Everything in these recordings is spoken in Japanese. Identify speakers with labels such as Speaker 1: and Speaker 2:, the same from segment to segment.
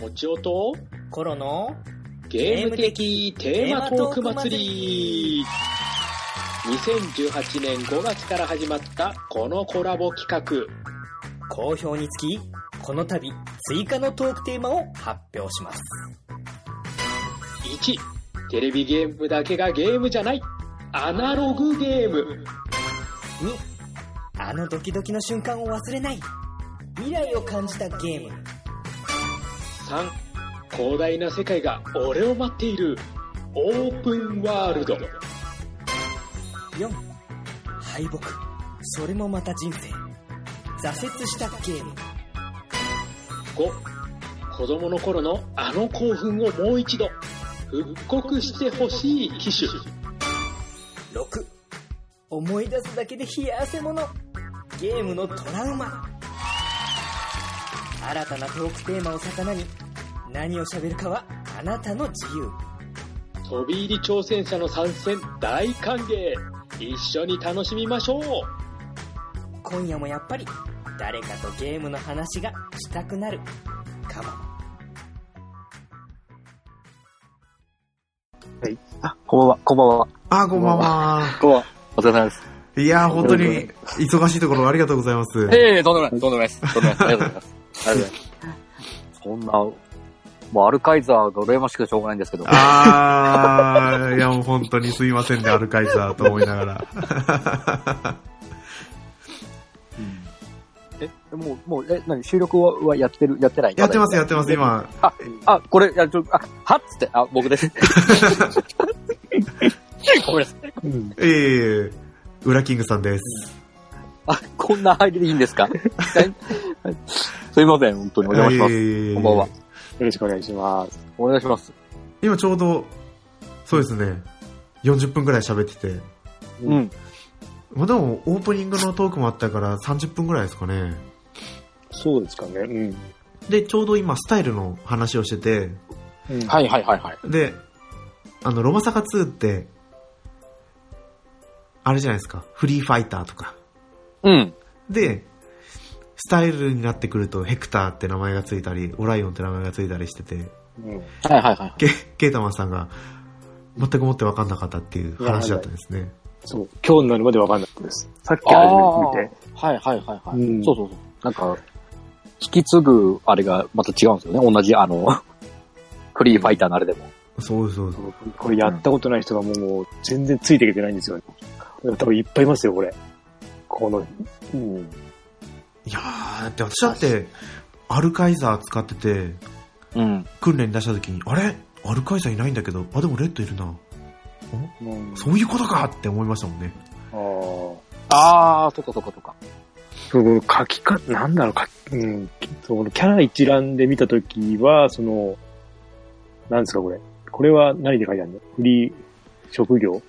Speaker 1: もちおと
Speaker 2: コロの
Speaker 1: ゲーム的テーマトーク祭り2018年5月から始まったこのコラボ企
Speaker 2: 好評につき、この度追加のトークテーマを発表します。
Speaker 1: 画1テレビゲームだけがゲームじゃないアナログゲーム
Speaker 2: 2、あのドキドキの瞬間を忘れない。未来を感じたゲーム。
Speaker 1: 3広大な世界が俺を待っているオープンワールド
Speaker 2: 4、敗北。それもまた人生。挫折したゲーム。
Speaker 1: 5子供の頃のあの興奮をもう一度復刻してほしい機種
Speaker 2: 6、思い出すだけで冷や汗もの。ゲームのトラウマ。新たなトークテーマを魚に、何を喋るかはあなたの自由。
Speaker 1: 飛び入り挑戦者の参戦大歓迎一緒に楽しみましょう
Speaker 2: 今夜もやっぱり誰かとゲームの話がしたくなるかも
Speaker 3: あ、こんばんは、こんばんは。
Speaker 4: あ、こんばんは。
Speaker 3: こんばんは。お疲れ様です。
Speaker 4: いやー、本当に、忙しいところありがとうございます。
Speaker 3: ええとんでもない、とんでもないです。とんでもないです。ありがとうございます。ありがとうございます。そんな、もうアルカイザーが羨ましくてしょうがないんですけど。
Speaker 4: あー、いやもう本当にすいませんね、アルカイザーと思いながら。
Speaker 3: え、もう、もう、え、何、収録ははやってる、やってない
Speaker 4: やってます、やってます、。今。
Speaker 3: あ、あ、これ、や、ちょ、あ、はっつって、あ、僕です。 ごめんなさい。
Speaker 4: ええウラキングさんです。
Speaker 3: あ、こんな入りでいいんですかはいすいません、本当にお
Speaker 4: お
Speaker 3: 邪魔します。
Speaker 4: す
Speaker 3: こんばんは。。
Speaker 5: よろしくお願いします。
Speaker 3: お願いします。
Speaker 4: 今ちょうど、そうですね、40分くらい喋ってて。
Speaker 3: うん。
Speaker 4: まあでも、オープニングのトークもあったから30分くらいですかね。
Speaker 5: そうですかね。うん。
Speaker 4: で、ちょうど今、スタイルの話をしてて、
Speaker 5: うん
Speaker 3: はいはいはいはい。
Speaker 4: で、あの、ロマサカ2って、あれじゃないですか、フリーファイターとか。
Speaker 3: うん。
Speaker 4: で、スタイルになってくると、ヘクターって名前がついたり、オライオンって名前がついたりしてて、
Speaker 5: う
Speaker 3: は
Speaker 5: ん
Speaker 3: いはいはい。
Speaker 4: ケケータマンさんが、全くもって分かんなかったっていう話だったんですね。
Speaker 5: そう。今日になるまでわかんなかったです。さっき
Speaker 3: あ
Speaker 5: 初
Speaker 3: ー
Speaker 5: めて
Speaker 3: はいはいはいはい。
Speaker 5: うん
Speaker 3: そうそうそう。なんか、引き継ぐあれがまた違うんですよね。同じあの、 フリーファイターのあれでも。
Speaker 4: そうそうそう。
Speaker 5: 見て、これやったことない人がもう全然ついていけてないんですよね。でも多分いっぱいいますよ、これ。この、う
Speaker 4: い
Speaker 5: ん。
Speaker 4: やー、だって私だって、アルカイザー使ってて、
Speaker 3: うん。
Speaker 4: 訓練に出した時に、あれアルカイザーいないんだけど、あ、でもレッドいるな。
Speaker 5: うん
Speaker 4: そういうことかって思いましたもんね。
Speaker 5: あー
Speaker 3: あー、そっかそっかそっか。
Speaker 5: その書きか、なんだろう、書き、うん、そのキャラ一覧で見たときは、その、なんですか、これ。これは何で書いてあるのフリー、職業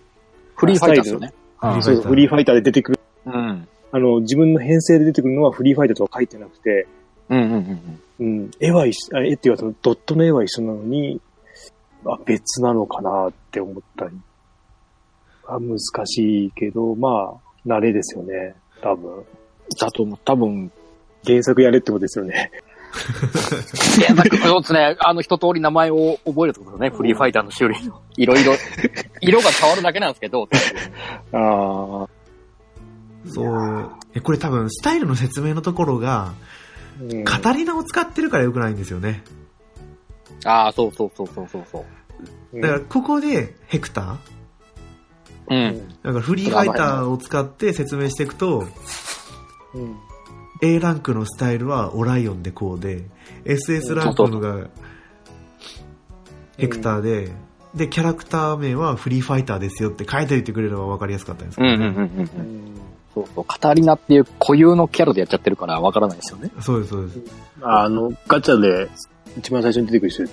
Speaker 3: フリーファイターですよね。
Speaker 4: あ
Speaker 5: そうそう、フリーファイターで出てくる、
Speaker 3: うん。
Speaker 5: あの、自分の編成で出てくるのはフリーファイターとは書いてなくて、
Speaker 3: うんうんうんうん。
Speaker 5: うん、絵は一緒、あ絵っていうかそのドットの絵は一緒なのに、あ、別なのかなって思ったり。あ難しいけど、まあ、慣れですよね。多分。
Speaker 3: だと思う。多分、
Speaker 5: 原作やれってことですよね。
Speaker 3: 原作、そうですね。 あの、一通り名前を覚えるってことですね。フリーファイターの種類の。いろい ろ、色が変わるだけなんですけど。
Speaker 5: ああ。
Speaker 4: そう。え、これ多分、スタイルの説明のところが、
Speaker 5: うん
Speaker 4: カタリナを使ってるから良くないんですよね。
Speaker 3: あー、そうそうそうそうそうそう。
Speaker 4: だから、ここで、ヘクター
Speaker 3: う。
Speaker 5: うんん
Speaker 4: だから、フリーファイターを使って説明していくと、
Speaker 5: うん。
Speaker 4: A ランクのスタイルはオライオンでこうで、SS ランクのがヘクターで、で、キャラクター名はフリーファイターですよって書いておいてくれれば分かりやすかったんですけ
Speaker 3: うん
Speaker 4: ど
Speaker 3: うん
Speaker 4: ね
Speaker 3: うんうん
Speaker 5: う
Speaker 3: うん。
Speaker 5: ん
Speaker 3: そうそう。カタリナっていう固有のキャラでやっちゃってるからわからないですよね。
Speaker 4: そうです、そうです。
Speaker 5: あの、ガチャで一番最初に出てくる人。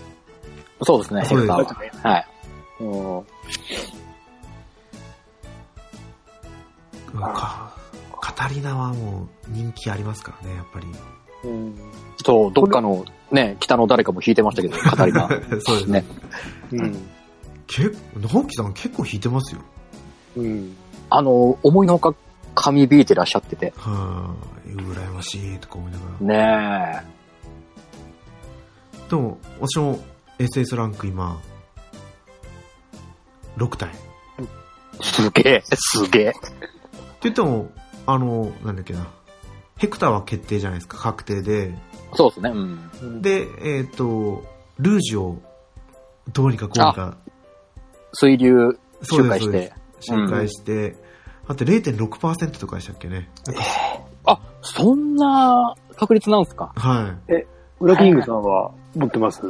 Speaker 3: そうですね、
Speaker 4: そう
Speaker 3: ヘル
Speaker 4: です
Speaker 5: ガ
Speaker 3: タ
Speaker 5: チャね
Speaker 3: ーは。はい。
Speaker 5: うん
Speaker 4: うんかカタリナはもう人気ありますからね、やっぱり。
Speaker 5: うん。
Speaker 3: そう、どっかのね、北の誰かも弾いてましたけど、カタリナ。
Speaker 4: そうです
Speaker 3: ね。
Speaker 5: うん。
Speaker 4: 結構、ホッキさん結構引いてますよ。
Speaker 5: うん。
Speaker 3: あの、思いのほか、髪びいてらっしゃってて。
Speaker 4: はぁ、羨ましいとか思いながら。
Speaker 3: ねえ。
Speaker 4: でも、私も SS ランク今、6体。
Speaker 3: すげえ、すげえ。
Speaker 4: って言っても、あの、なんだっけな。ヘクターは決定じゃないですか、確定で。
Speaker 3: そうですね、うん。
Speaker 4: で、えっ、と、ルージュを、どうにかこうにか、
Speaker 3: 水流
Speaker 4: そ
Speaker 3: 周
Speaker 4: うで
Speaker 3: 回し
Speaker 4: すそうです
Speaker 3: て。
Speaker 4: 紹介して、あと0.6%とかでしたっけね。
Speaker 3: あ、そんな確率なんすか
Speaker 4: は
Speaker 5: 裏キングさんは持ってます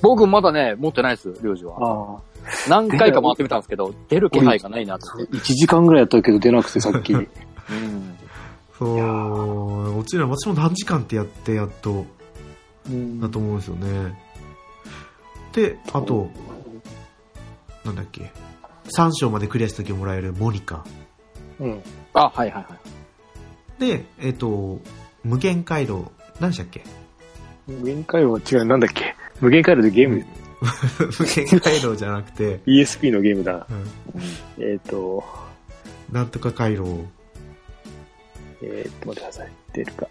Speaker 3: 僕まだね、持ってないです、領事は。
Speaker 5: ああ。
Speaker 3: 何回か回ってみたんですけど、出る気配がないなと思って。
Speaker 5: 1時間ぐらいやったけど出なくてさっき。
Speaker 3: うん。
Speaker 4: い。そう、落ちる私も何時間ってやって、やっと、だと思うんですよね。で、あと、なんだっけ。3章までクリアした時もらえるモニカ。
Speaker 5: うん。
Speaker 3: あ、はいはいはい。
Speaker 4: で、えっ、と、無限回路、何でしたっけ
Speaker 5: 無限回路は違う、なんだっけ。無限回路でゲーム、
Speaker 4: 無限回路じゃなくて、
Speaker 5: ESP のゲームだ。
Speaker 4: うん
Speaker 5: えっ、と、
Speaker 4: なんとか回路。
Speaker 5: えっ、と、待ってください。出るか。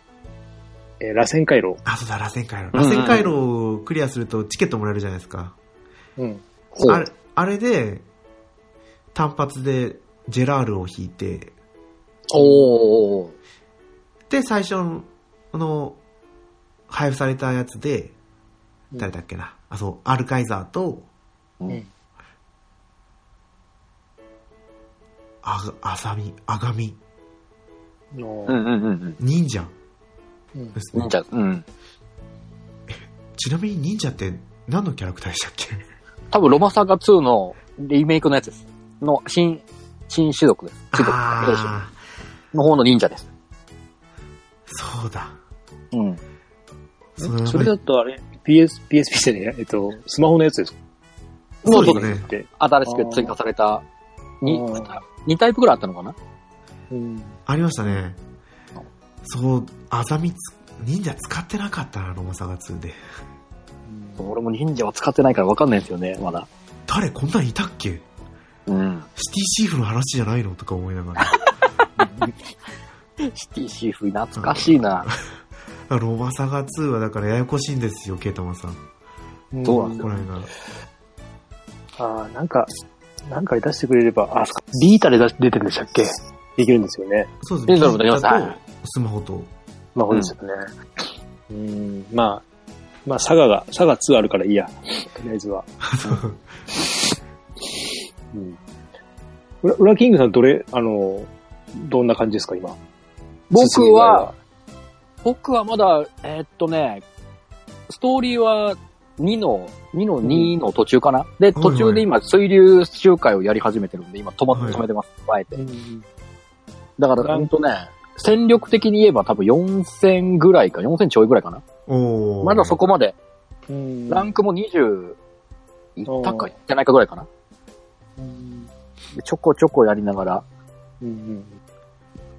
Speaker 5: えー、螺旋回路。
Speaker 4: あ、そうだ、螺旋回路。
Speaker 3: うんう
Speaker 4: 螺
Speaker 3: ん
Speaker 4: 旋回路をクリアするとチケットもらえるじゃないですか。
Speaker 5: うん。
Speaker 3: ほ
Speaker 4: あ
Speaker 3: う
Speaker 4: れ。あれで、単発でジェラールを引いて、
Speaker 3: おーおーおー
Speaker 4: で、最初のあの、配布されたやつで、
Speaker 5: うん
Speaker 4: 誰だっけな。あ、そう、アルカイザーと、
Speaker 3: うん
Speaker 4: あが、あさみ、あがみ、
Speaker 5: の
Speaker 3: うんうんうん
Speaker 4: 忍者
Speaker 5: うん
Speaker 4: です
Speaker 3: うん。
Speaker 4: ね
Speaker 3: 忍。者、うん。
Speaker 4: ちなみに忍者って何のキャラクターでしたっけ
Speaker 3: 多分、ロマサガ2のリメイクのやつです。の、新、新種族です。種族兵士
Speaker 4: ああ、
Speaker 3: の方の忍者です。
Speaker 4: そうだ。
Speaker 3: うん。
Speaker 4: その
Speaker 5: それだとあれ、PS、PSP じゃねえや、えっと、スマホのやつですか
Speaker 4: そうです
Speaker 3: そう
Speaker 4: ね。
Speaker 5: って。
Speaker 3: 新しく追加された、に
Speaker 5: うん、
Speaker 3: 2タイプぐらいあったのかな
Speaker 5: うん。
Speaker 4: ありましたね。そう、あざみつ、忍者使ってなかったな、ロマサガ2で。
Speaker 3: 俺も忍者は使ってないから分かんないんですよね、まだ。
Speaker 4: 誰こんなんいたっけ
Speaker 3: うん。
Speaker 4: シティシーフの話じゃないのとか思いながら。
Speaker 3: シティシーフ、懐かしいな。
Speaker 4: ロマサガ2はだからややこしいんですよ、ケイタマンさん。
Speaker 3: どうなん
Speaker 4: この間。
Speaker 5: ああ、なんか、なんか出してくれれば、あ、そっかビータで出出てるんでしたっけできるんですよね。
Speaker 4: そうで
Speaker 3: リ
Speaker 4: す
Speaker 3: ズムで
Speaker 4: ビ
Speaker 3: や
Speaker 4: ー
Speaker 3: りま
Speaker 4: タ
Speaker 3: す
Speaker 4: とスマホと。
Speaker 5: まあ、ほですよね。うん、まあ、まあ、サガが、サガ2あるからいいや。とりあえずは。うん。裏、裏キングさんどれ、あの、どんな感じですか、今。進み
Speaker 3: 僕
Speaker 5: 具合
Speaker 3: は、、僕はまだ、えーっとね、ストーリーは2の、2の2の途中かな、で、
Speaker 4: はい
Speaker 3: 途中で今、水流周回をやり始めてるんで、今止まっ
Speaker 4: はい
Speaker 3: て、止めてます。あえて。
Speaker 5: うん
Speaker 3: だから、ほんとね、戦力的に言えば多分4000ぐらいか、4000ちょいぐらいかな。
Speaker 4: おー
Speaker 3: まだそこまで、
Speaker 5: うん
Speaker 3: ランクも20、いったかいってないかぐらいかな。
Speaker 5: うん
Speaker 3: でちょこちょこやりながら、
Speaker 5: うん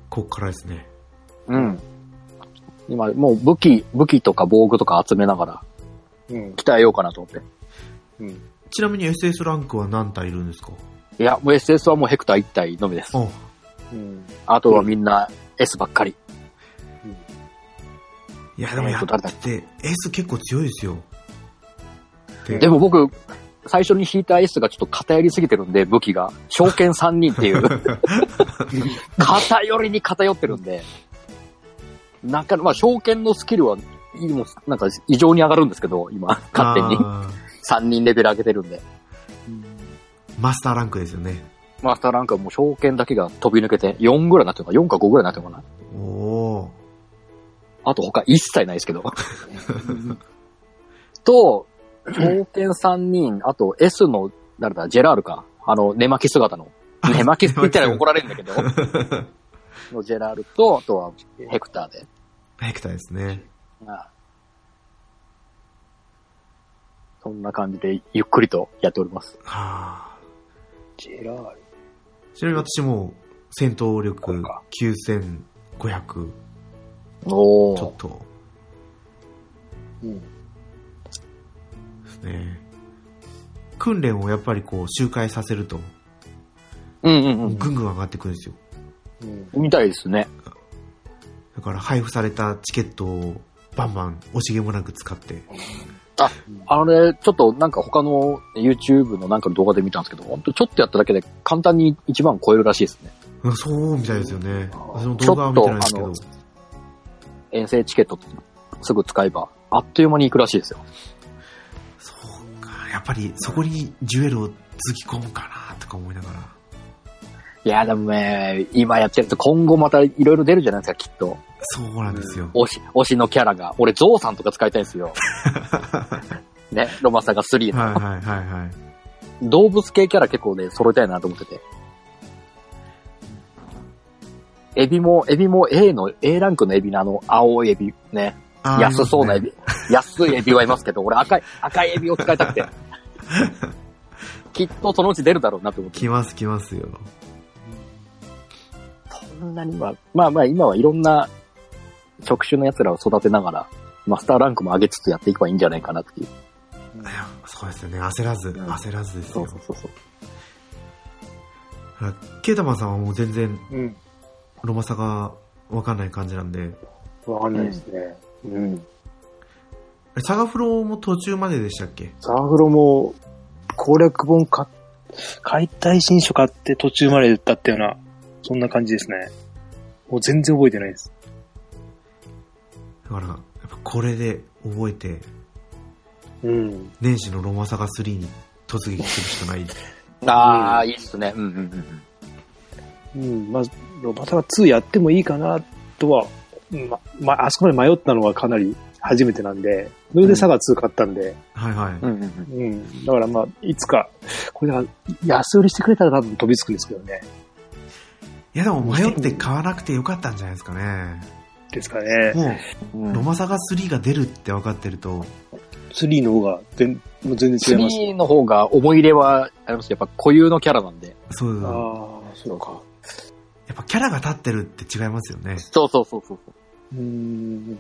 Speaker 4: こっからですね。
Speaker 3: うん。今、もう武器、武器とか防具とか集めながら、
Speaker 5: うん。
Speaker 3: 鍛えようかなと思って。
Speaker 5: うん。
Speaker 4: ちなみに SS ランクは何体いるんですか
Speaker 3: いや、もう SS はもうヘクター1体のみです。
Speaker 4: あ、
Speaker 5: うん。
Speaker 3: あとはみんな S ばっかり。
Speaker 4: いやでもやってて、S 結構強いですよ。で
Speaker 3: でも僕、最初に引いた S がちょっと偏りすぎてるんで、武器が。証券3人って いう。偏りに偏ってるんで。なんか、まあ、証券のスキルは、いいもうなんか異常に上がるんですけど、今、勝手に。
Speaker 4: あー
Speaker 3: 3人レベル上げてるんで。
Speaker 4: マスターランクですよね。
Speaker 3: マスターなんかもう証券だけが飛び抜けて、4ぐらいになってるのか、4か5ぐらいになってるのかな。
Speaker 4: おー。
Speaker 3: あと他一切ないですけど。と、冒険3人、あと S の、誰だ、ジェラールか。あの、寝巻き姿の。 寝巻きって言ったら怒られるんだけ ど。のジェラールと、あとはヘクターで。
Speaker 4: ヘクターですね。
Speaker 3: ああそんな感じで、ゆっくりとやっております。
Speaker 4: はあ。
Speaker 5: ジェラール。
Speaker 4: ちなみに私も戦闘力
Speaker 5: こ
Speaker 4: 9500
Speaker 3: お
Speaker 4: ちょ
Speaker 3: ー
Speaker 4: っ。と
Speaker 5: うん。
Speaker 4: ですね。訓練をやっぱりこう周回させると、
Speaker 3: うんうんうん
Speaker 4: ぐんぐん上がってくるんですよ。
Speaker 5: うん。。
Speaker 3: みたいですね。
Speaker 4: だから配布されたチケットをバンバン惜しげもなく使って、
Speaker 3: あのね、ちょっとなんか他の YouTube のなんかの動画で見たんですけど、本当ちょっとやっただけで簡単に1万超えるらしいですね。
Speaker 4: うんそうみたいですよね。私も動画は見てないですけど。
Speaker 3: ち遠征チケットすぐ使えば、あっという間に行くらしいですよ。
Speaker 4: そうか。やっぱりそこにジュエルを突き込むかなとか思いながら。
Speaker 3: いや、でもね、今やってると今後またいろいろ出るじゃないですか、きっと。
Speaker 4: そうなんですよ。
Speaker 3: 推し、推しのキャラが。俺、ゾウさんとか使いたいんです よ。ね、ロマサガ3の。
Speaker 4: はいはいはいはい。
Speaker 3: 動物系キャラ結構ね、揃えたいなと思ってて。エビも、エビも A の、A ランクのエビのあの、青いエビね。
Speaker 4: あー
Speaker 3: 安そうなエ。
Speaker 4: い
Speaker 3: ビ。安いエビはいますけど、俺赤い、赤いエビを使いた くて。きっとそのうち出るだろうなと思って。
Speaker 4: 来ます来ますよ。
Speaker 3: そんなには、まあまあ今はいろんな職種の奴らを育てながら、マスターランクも上げつつやっていけばいいんじゃないかなっていう。
Speaker 4: いやそうですよね。焦らず、
Speaker 3: ん
Speaker 4: 焦らずです
Speaker 3: そ
Speaker 4: よ
Speaker 3: う。そうそうそう。
Speaker 4: あケータマンさんはもう全然
Speaker 5: うん。
Speaker 4: ロマサがわかんない感じなんで。
Speaker 5: わかんないですね。うん。
Speaker 4: えサガフロも途中まででしたっけ
Speaker 5: サーフロも、攻略本買っ、解体新書買って途中までだったような、そんな感じですね。もう全然覚えてないです。
Speaker 4: だから、やっぱこれで覚えて、
Speaker 5: うん。
Speaker 4: 年始のロマサガ3に突撃するし かない。
Speaker 3: ああ、いいっすね。うんうんうんうん。
Speaker 5: うん、まあ、ロバタが2やってもいいかなとは、うんま、まあそこまで迷ったのはかなり初めてなんで、それでサガ2買ったんで、
Speaker 4: はいはい。
Speaker 3: うんうんうん、
Speaker 5: うん、だからまあ、いつか、これが安売りしてくれたら多分飛びつくんですけどね。
Speaker 4: いやでも迷って買わなくてよかったんじゃないですかね。
Speaker 5: ですかね。
Speaker 4: も
Speaker 3: うん
Speaker 4: う、ロマサガ3が出るって分かってると、
Speaker 5: 3の方が全もう全然違います。
Speaker 3: 3の方が思い入れはありますけどやっぱ固有のキャラなんで。
Speaker 4: そう
Speaker 5: あ
Speaker 4: そう。
Speaker 5: あ、そうか。
Speaker 4: やっぱキャラが立ってるって違いますよね。
Speaker 3: そうそうそうそう。
Speaker 5: うん。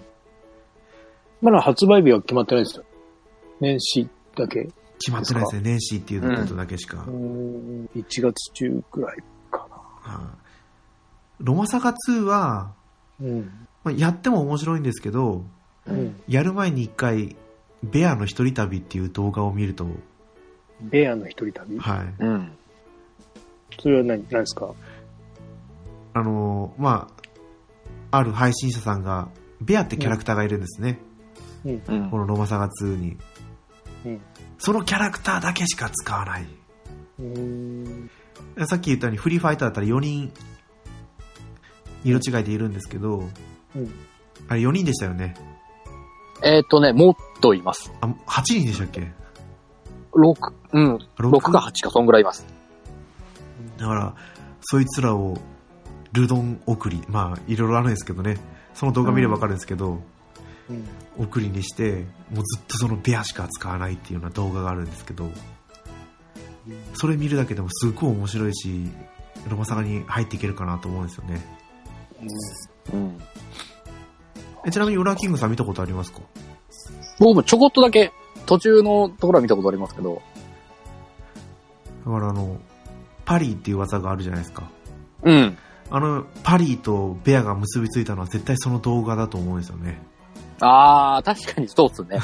Speaker 5: まだ発売日は決まってないですよ。年始だけ。
Speaker 4: 決まってないですね。年始っていうことだけしか。
Speaker 5: うん、1月中くらいか
Speaker 4: はいロマサガ2は、
Speaker 5: な。うん。
Speaker 4: まあ、やっても面白いんですけど、
Speaker 5: うん。
Speaker 4: やる前に一回、ベアの一人旅っていう動画を見ると、
Speaker 5: ベアの一人旅。
Speaker 4: はい。
Speaker 3: うん。
Speaker 5: それは何、何ですか
Speaker 4: あのーまあ、ある配信者さんが、ベアってキャラクターがいるんですね。
Speaker 3: うん
Speaker 4: このロマサガ2に。
Speaker 5: うん
Speaker 4: そのキャラクターだけしか使わない。
Speaker 5: うん。
Speaker 4: さっき言ったように、フリーファイターだったら4人、色違いでいるんですけど、
Speaker 5: うん
Speaker 4: あれ4人でしたよね。
Speaker 3: えっ、とね、もっといます。
Speaker 4: あ、8人でしたっけ
Speaker 3: 6、うん、
Speaker 4: ?6
Speaker 3: 6か8か、そんぐらいいます。
Speaker 4: だから、そいつらを、ルドン送り、まあ、いろいろあるんですけどね、その動画見ればわかるんですけど、
Speaker 5: うん
Speaker 4: 送りにして、もうずっとそのベアしか使わないっていうような動画があるんですけど、それ見るだけでもすごい面白いし、ロマサガに入っていけるかなと思うんですよね。
Speaker 3: うん。
Speaker 4: えちなみに、ウラキングさん見たことありますか
Speaker 3: 僕もちょこっとだけ、途中のところは見たことありますけど。
Speaker 4: だからあの、パリーっていう技があるじゃないですか。
Speaker 3: うん。
Speaker 4: あの、パリーとベアが結びついたのは絶対その動画だと思うんですよね。
Speaker 3: ああ、確かにそうっすね。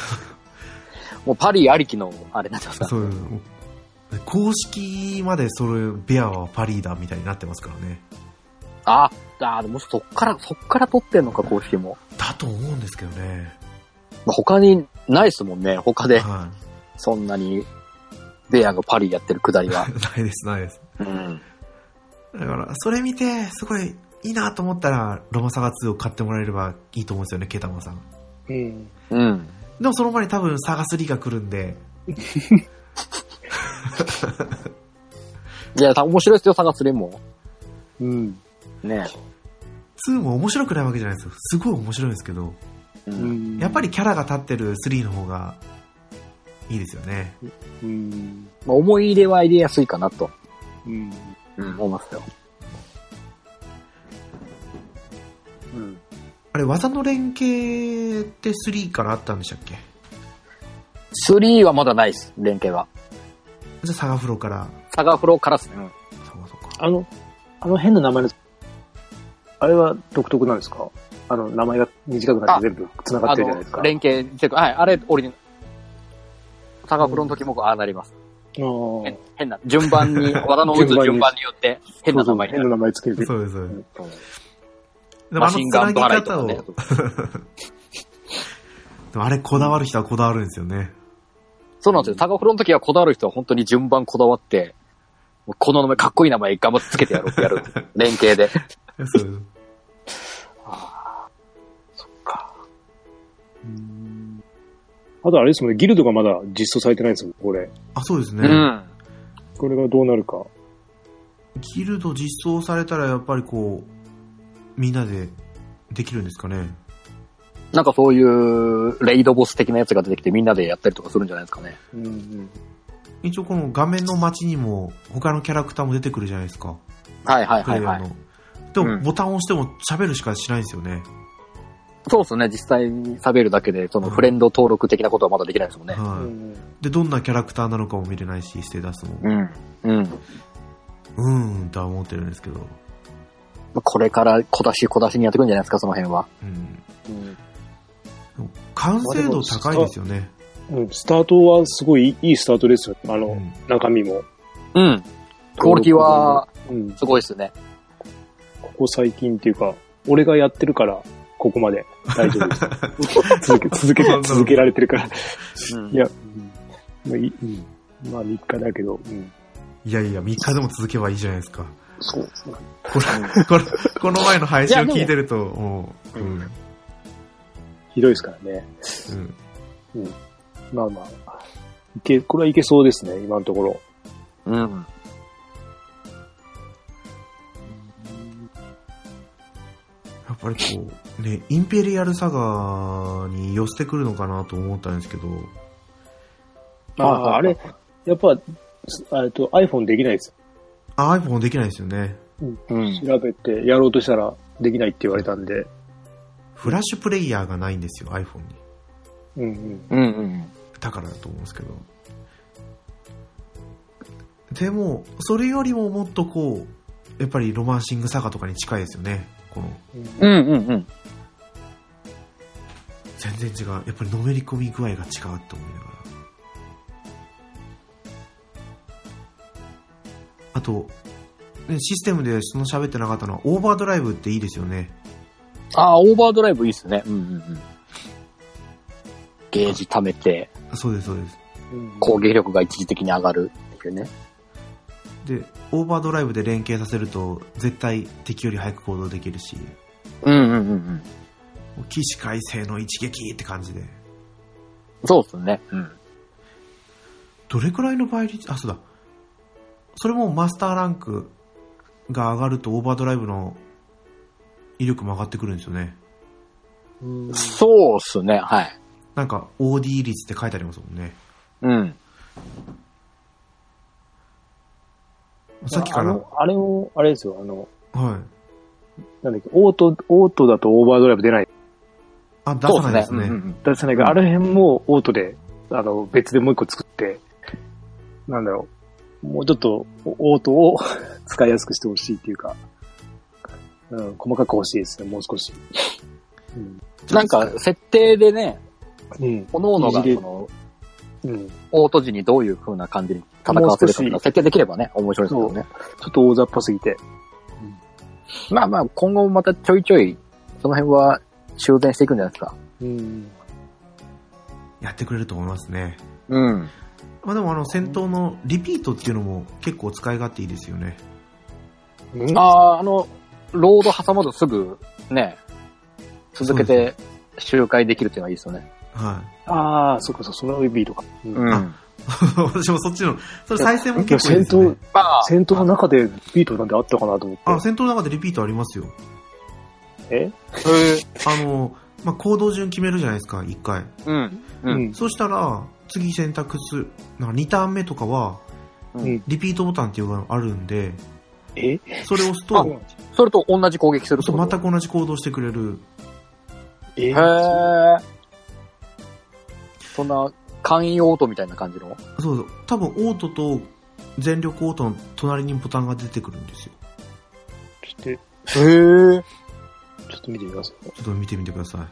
Speaker 3: もうパリありきの、あれになってますから。
Speaker 4: そういうの公式までそれベアはパリーだみたいになってますからね
Speaker 3: あーあー、でもそっから、そっから撮ってんのか、公式も。
Speaker 4: だと思うんですけどね、
Speaker 3: まあ他にないっすもんね、他で。
Speaker 4: は
Speaker 3: そんなに、ベアがパリやってるくだりは。
Speaker 4: い、 ないですないです
Speaker 3: うん。
Speaker 4: だからそれ見てすごいいいなと思ったらロマサガ2を買ってもらえればいいと思うんですよねケタマさん
Speaker 5: うん。
Speaker 3: うん。
Speaker 4: でもその前に多分サガ3が来るんで
Speaker 3: いや、た面白いっすよ、探すれも。
Speaker 5: うん。
Speaker 3: ね。
Speaker 4: 2も面白くないわけじゃないですよすごい面白いんですけど
Speaker 3: う。
Speaker 5: うんん。
Speaker 4: やっぱりキャラが立ってる3の方がいいですよね
Speaker 5: り。うん。
Speaker 3: まあ、思い入れは入れやすいかなと、
Speaker 5: うん。
Speaker 3: うん、思いますよ。
Speaker 5: うん。
Speaker 4: あれ技の連携って3からあったんでしたっけ
Speaker 3: 3はまだないっす、連携は。
Speaker 4: じゃあサガフロから
Speaker 3: サガフロからっすね。うん
Speaker 4: そうかそうか
Speaker 5: あの、あの変な名前の、あれは独特なんですかあの、名前が短くなって全部繋が
Speaker 3: あ
Speaker 5: ってるじゃないですか
Speaker 3: の、。連携、チェックはい、あれ、オリジナタガフロの時もああなります。
Speaker 5: ああ。
Speaker 3: 変な、順番 に、和田の打つ順番によって、変な名前に
Speaker 5: 変
Speaker 3: な
Speaker 5: な
Speaker 3: る。
Speaker 5: 名前つけて。
Speaker 4: そうです、そうです。
Speaker 3: うん
Speaker 4: でも
Speaker 3: マ
Speaker 4: あ
Speaker 3: シン
Speaker 4: の
Speaker 3: ガン
Speaker 4: 繋ぎ
Speaker 3: 払いと
Speaker 4: 方
Speaker 3: か
Speaker 4: を、
Speaker 3: ね
Speaker 4: で。もあれこだわる人はこだわるんですよね。
Speaker 3: そうなんですよ。タガフロの時はこだわる人は本当に順番こだわって、もうこの名前、かっこいい名前頑張ってつけてやろうってやるんですよ。連携で。
Speaker 4: そうです
Speaker 5: あとあれですもんね、ギルドがまだ実装されてないですもん、これ。
Speaker 4: あ、そうです
Speaker 3: う
Speaker 4: ね。
Speaker 3: ん。
Speaker 5: これがどうなるか。
Speaker 4: ギルド実装されたらやっぱりこう、みんなでできるんですかね。
Speaker 3: なんかそういう、レイドボス的なやつが出てきてみんなでやったりとかするんじゃないですかね。
Speaker 5: うんうん。
Speaker 4: 一応この画面の街にも他のキャラクターも出てくるじゃないですか。
Speaker 3: はいはい
Speaker 4: プ
Speaker 3: は
Speaker 4: レ
Speaker 3: い
Speaker 4: イ
Speaker 3: は
Speaker 4: ヤー
Speaker 3: い。
Speaker 4: の。で
Speaker 3: う
Speaker 4: も
Speaker 3: ん
Speaker 4: ボタンを押しても喋るしかしないんですよね。
Speaker 3: そうですね。実際に喋るだけで、そのフレンド登録的なことはまだできないですもんね。
Speaker 5: う
Speaker 4: はい。
Speaker 5: ん
Speaker 4: で、どんなキャラクターなのかも見れないし、ステータスも。
Speaker 3: うん。うん。ま
Speaker 4: うーんとは思ってるんですけど。
Speaker 3: あこれから小出し小出しにやってくるんじゃないですか、その辺は。
Speaker 4: うん。で
Speaker 5: うん
Speaker 4: も完成度高いですよね。
Speaker 5: うん、スタートはすごいいいスタートですよ。あ
Speaker 4: う
Speaker 5: の、
Speaker 4: ん
Speaker 5: 中身も。
Speaker 3: うん。クオリティは、
Speaker 5: うん、
Speaker 3: すごいですね。
Speaker 5: ここ最近っていうか、俺がやってるから、ここまで大丈夫です。 続け、続け、続けられてるから。
Speaker 3: うん
Speaker 5: いや、うんまあいいうん、まあ3日だけど、うん。
Speaker 4: いやいや、3日でも続けばいいじゃないですか。
Speaker 5: そうですね。
Speaker 4: これ、これ、この前の配信を聞いてると、もう、うん、
Speaker 5: ひどいですからね。
Speaker 4: うん。
Speaker 5: まあまあ。いけ、これはいけそうですね、今のところ。
Speaker 3: うん。
Speaker 4: やっぱりこう、ね、インペリアルサガに寄せてくるのかなと思ったんですけど、
Speaker 5: ああ、あれ、やっぱ、すあれと iPhone できないです。
Speaker 4: あ、iPhone できないですよね。
Speaker 3: うん。
Speaker 5: 調べてやろうとしたらできないって言われたんで。
Speaker 4: フラッシュプレイヤーがないんですよ、iPhone に。
Speaker 5: うんうん。
Speaker 3: うんうん。
Speaker 4: だからだと思うんですけど。でも、それよりももっとこう、やっぱりロマンシングサガとかに近いですよね。この、
Speaker 3: うんうんうん。
Speaker 4: 全然違う。やっぱりのめり込み具合が違うと思いながら。あと、ね、システムでその喋ってなかったのは、オーバードライブっていいですよね。
Speaker 3: ああ、オーバードライブいいっすね。うんうんうん。ゲージ貯めて、
Speaker 4: あそうです、そうです。
Speaker 5: うん
Speaker 3: 攻撃力が一時的に上がるっていうね。
Speaker 4: で、オーバードライブで連携させると、絶対敵より早く行動できるし、
Speaker 3: うんうんうんうん。
Speaker 4: もう起死回生の一撃って感じで。
Speaker 3: そうっすね。うん。
Speaker 4: どれくらいの倍率あ、そうだ。それもマスターランクが上がるとオーバードライブの威力も上がってくるんですよね。
Speaker 5: うん
Speaker 3: そうっすね。はい。
Speaker 4: なんか OD 率って書いてありますもんね。
Speaker 3: うん。
Speaker 4: さっきか
Speaker 5: あ
Speaker 4: ら。
Speaker 5: のあれを、あれですよ、あの、
Speaker 4: はい。
Speaker 5: なんだっけ、オート、オートだとオーバードライブ出ない。
Speaker 4: あ、出
Speaker 3: そう
Speaker 4: さ
Speaker 3: っす
Speaker 4: な
Speaker 3: ね。
Speaker 4: いで
Speaker 3: うんう
Speaker 4: すね。
Speaker 3: んうん。
Speaker 5: 出せないから、あの辺もオートで、あの、別でもう一個作って、なんだろう、もうちょっとオートを 使いやすくしてほしいっていうか、うん、細かく欲しいですね、もう少し。うん。
Speaker 3: なんか、設定でね、
Speaker 5: うん。
Speaker 3: 各々が、
Speaker 5: いじれ
Speaker 3: その、
Speaker 5: うん。
Speaker 3: オート時にどういう風な感じに戦わせるかとか設定できればね、面白いですけどね。
Speaker 5: ちょっと大雑把すぎて。
Speaker 3: まあまあ、今後もまたちょいちょい、その辺は修繕していくんじゃないですか。
Speaker 5: うん。
Speaker 4: やってくれると思いますね。
Speaker 3: うん。
Speaker 4: まあでもあの戦闘のリピートっていうのも結構使い勝手いいですよね。
Speaker 3: ああ、あの、ロード挟まずすぐ、ね、続けて周回できるっていうのはいいですよね。
Speaker 4: はい。
Speaker 5: ああ、そっかそっか、その指とか。うん
Speaker 3: うん。
Speaker 4: あ私もそっちの、それ再生も
Speaker 5: いや
Speaker 4: 結構いい
Speaker 5: 戦
Speaker 4: ですよ
Speaker 5: 闘
Speaker 4: ね。、
Speaker 3: まあ、
Speaker 5: 戦闘の中でビートなんてあったかなと思
Speaker 4: あ、
Speaker 5: って。
Speaker 4: 戦闘の中でリピートありますよ。
Speaker 5: え
Speaker 4: あの、まあ、行動順決めるじゃないですか、一回。
Speaker 3: うん。
Speaker 5: う。
Speaker 3: うん
Speaker 4: そしたら、次選択する、なんか2ターン目とかは、
Speaker 5: うん
Speaker 4: リピートボタンっていうのがあるんで、
Speaker 5: え
Speaker 4: それを押す
Speaker 3: あ
Speaker 4: と、
Speaker 3: それと同じ攻撃するって
Speaker 4: そう
Speaker 3: こと
Speaker 4: 全く同じ行動してくれる。
Speaker 5: え
Speaker 3: へー。そんな、簡易オートみたいな感じの
Speaker 4: そうそう。多分、オートと全力オートの隣にボタンが出てくるんですよ。
Speaker 5: ちょっ
Speaker 3: へー。
Speaker 5: と、ちょっと見てみます。
Speaker 4: ちょっと見てみてくださ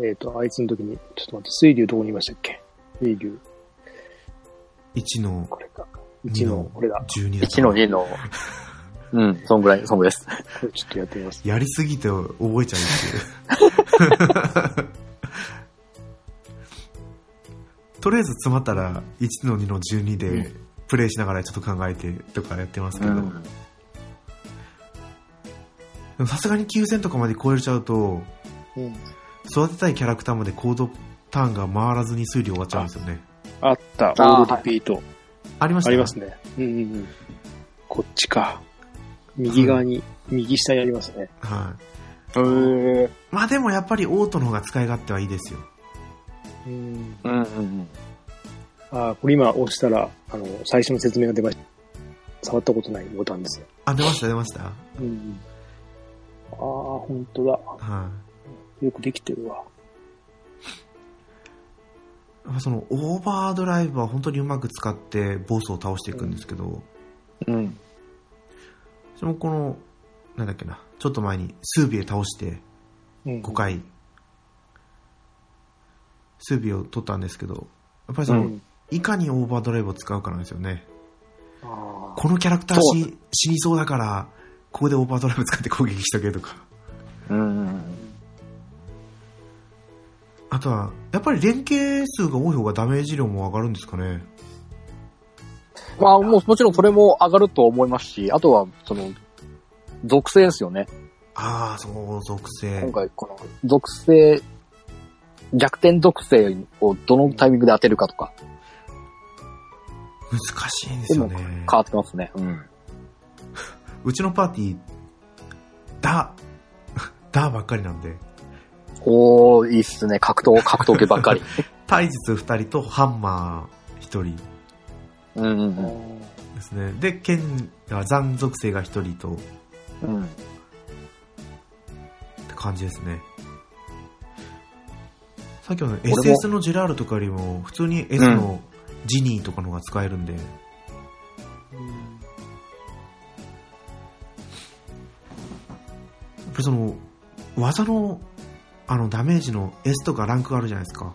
Speaker 4: い。
Speaker 5: えっ、と、あいつの時に、ちょっと待って、水流どこにいましたっけ水流。
Speaker 4: 1の
Speaker 5: これか。1の、これだ。
Speaker 4: 12だ。
Speaker 3: 1の2の、うん、そんぐらい、そんぐらいです。
Speaker 5: これちょっとやってみます。
Speaker 4: やりすぎて覚えちゃうっていう。とりあえず詰まったら1の2の12でプレイしながらちょっと考えてとかやってますけ
Speaker 3: う
Speaker 4: ど、
Speaker 3: ん。
Speaker 4: でもさすがに9000とかまで超えちゃうと
Speaker 5: うん。
Speaker 4: 育てたいキャラクターまでコードターンが回らずに推理終わっちゃうんですよね
Speaker 5: あった。オ
Speaker 3: あー
Speaker 5: ールリピート。
Speaker 4: ありました
Speaker 5: ありますね。うんうんうん。こっちか。右側に、右下にありますね。
Speaker 4: はい、
Speaker 5: うん。
Speaker 4: まあでもやっぱりオートの方が使い勝手はいいですよ
Speaker 5: うん。
Speaker 3: うんうんうん。
Speaker 5: あーこれ今押したら、あの、最初の説明が出ました。触ったことないボタンですよ。
Speaker 4: あ出ました出ました
Speaker 5: うんうん。ああ、本当だ。
Speaker 4: は
Speaker 5: よくできてるわ。
Speaker 4: い、そのオーバードライブは本当にうまく使ってボスを倒していくんですけど、
Speaker 3: うん。
Speaker 4: それもこのなんだっけなちょっと前にスービエ倒して
Speaker 5: うん。
Speaker 4: 5回スービエを取ったんですけどやっぱりその、
Speaker 5: うん
Speaker 4: いかにオーバードライブを使うかなんですよね
Speaker 5: あ
Speaker 4: このキャラクター
Speaker 3: そ
Speaker 4: 死死にそうだからここでオーバードライブ使って攻撃しとけとか
Speaker 3: うんうんうん。
Speaker 4: あとはやっぱり連携数が多い方がダメージ量も上がるんですかね
Speaker 3: まあ、もう、もちろんそれも上がると思いますし、あとは、その、属性ですよね。
Speaker 4: ああそう属性
Speaker 3: 今回、この、属性、逆転属性をどのタイミングで当てるかとか、
Speaker 4: 難しいんですよね
Speaker 3: 変わってきますね。うん。
Speaker 4: うちのパーティーダ ダーばっかりなんで
Speaker 3: おー、いいっすね。格闘、格闘系ばっかり。
Speaker 4: 体術2人とハンマー1人
Speaker 3: うんう
Speaker 5: あ。
Speaker 3: ん
Speaker 4: ですねで剣が残属性が1人と
Speaker 3: うん。うん。
Speaker 4: って感じですねさっきの
Speaker 3: も
Speaker 4: SS のジェラールとかよりも普通に S のジニーとかの方が使えるんで、
Speaker 5: うん
Speaker 4: やっぱりその技のあのダメージの S とかランクがあるじゃないですか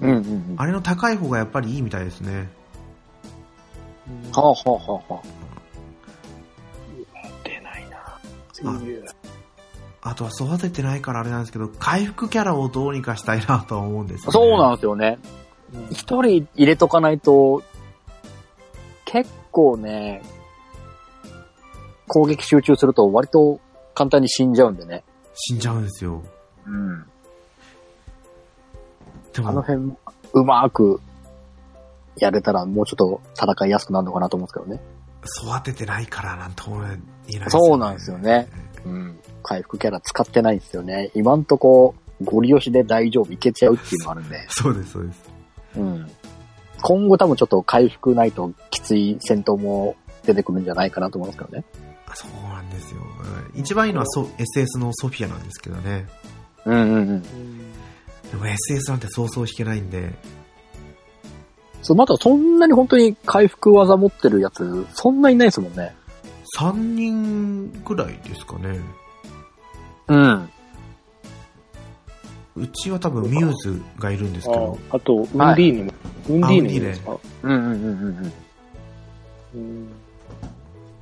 Speaker 3: うんうんうん。は
Speaker 4: あれの高い方がやっぱりいいみたいですね
Speaker 5: うん
Speaker 3: あはあはあは
Speaker 5: 出ないな。
Speaker 4: ああとは育ててないからあれなんですけど回復キャラをどうにかしたいなとは思うんですよ
Speaker 3: あ。
Speaker 4: ね
Speaker 3: そうなんですよね。一人入れとかないと、結構ね、攻撃集中すると割と簡単に死んじゃうんでね。
Speaker 4: 死んじゃうんですよ
Speaker 3: うん。
Speaker 4: で
Speaker 3: あの
Speaker 4: も
Speaker 3: 辺、うまくやれたらもうちょっと戦いやすくなるのかなと思うんです
Speaker 4: 育ててないからなんとも言えないで
Speaker 3: け
Speaker 4: すよね、
Speaker 3: どね。そうなんですよね。うん。回復キャラ使ってないんですよね。今んとこ、ゴリ押しで大丈夫いけちゃうっていうのがあるんで。
Speaker 4: そうですそうです
Speaker 3: うん。今後多分ちょっと回復ないときつい戦闘も出てくるんじゃないかなと思いますけどね。
Speaker 4: あそうなんですよ一番いいのはソ SS のソフィアなんですけどね
Speaker 3: うんうんうん。
Speaker 4: でも SS なんてそうそう引けないんで
Speaker 3: そう、まだそんなに本当に回復技持ってるやつ、そんなにいないですもんね。
Speaker 4: 3人ぐらいですかね
Speaker 3: うん。
Speaker 4: うちは多分ミューズがいるんですけ
Speaker 5: あ
Speaker 4: ど
Speaker 5: あと、ウンディーヌも。ウンディーヌもいいですか
Speaker 3: うんうんうんうんうん。
Speaker 5: うん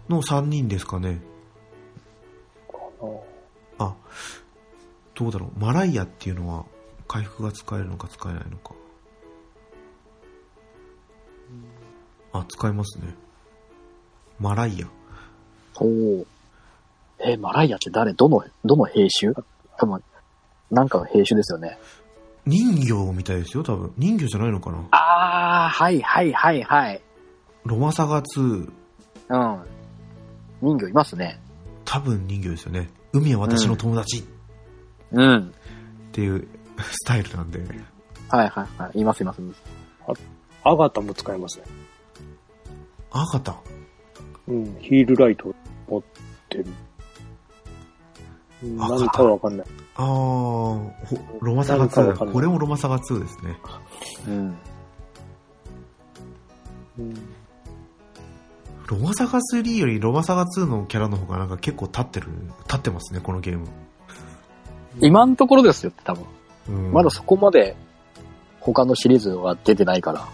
Speaker 4: の3人ですかね
Speaker 5: あー
Speaker 4: どうだろうマライアっていうのは回復が使えるのか使えないのかあ使えますねマライア
Speaker 3: おーえーマライアって誰どの、どの兵種多分、なんかの兵種ですよね。
Speaker 4: 人形みたいですよ多分人形じゃないのかな
Speaker 3: あー、はいはいはいはい。
Speaker 4: ロマサガ2
Speaker 3: うん。人魚いますね。
Speaker 4: 多分人形ですよね海は私の友達
Speaker 3: うん。
Speaker 4: っていうスタイルなんで、
Speaker 3: はいはいはい。いますいます。
Speaker 5: アガタも使えますね。
Speaker 4: あかた
Speaker 5: うん、ヒールライト持ってる。うん
Speaker 4: アガタ
Speaker 5: 何かはわかんない。
Speaker 4: あーほロマサガ
Speaker 5: なんかわかん
Speaker 4: 2
Speaker 5: ない
Speaker 4: これもロマサガ2ですね
Speaker 3: うん。
Speaker 5: うん
Speaker 4: ロマサガ3よりロマサガ2のキャラの方がなんか結構立ってる立ってますねこのゲーム、
Speaker 3: 今のところですよって多分。
Speaker 4: うん
Speaker 3: まだそこまで他のシリーズは出てないから。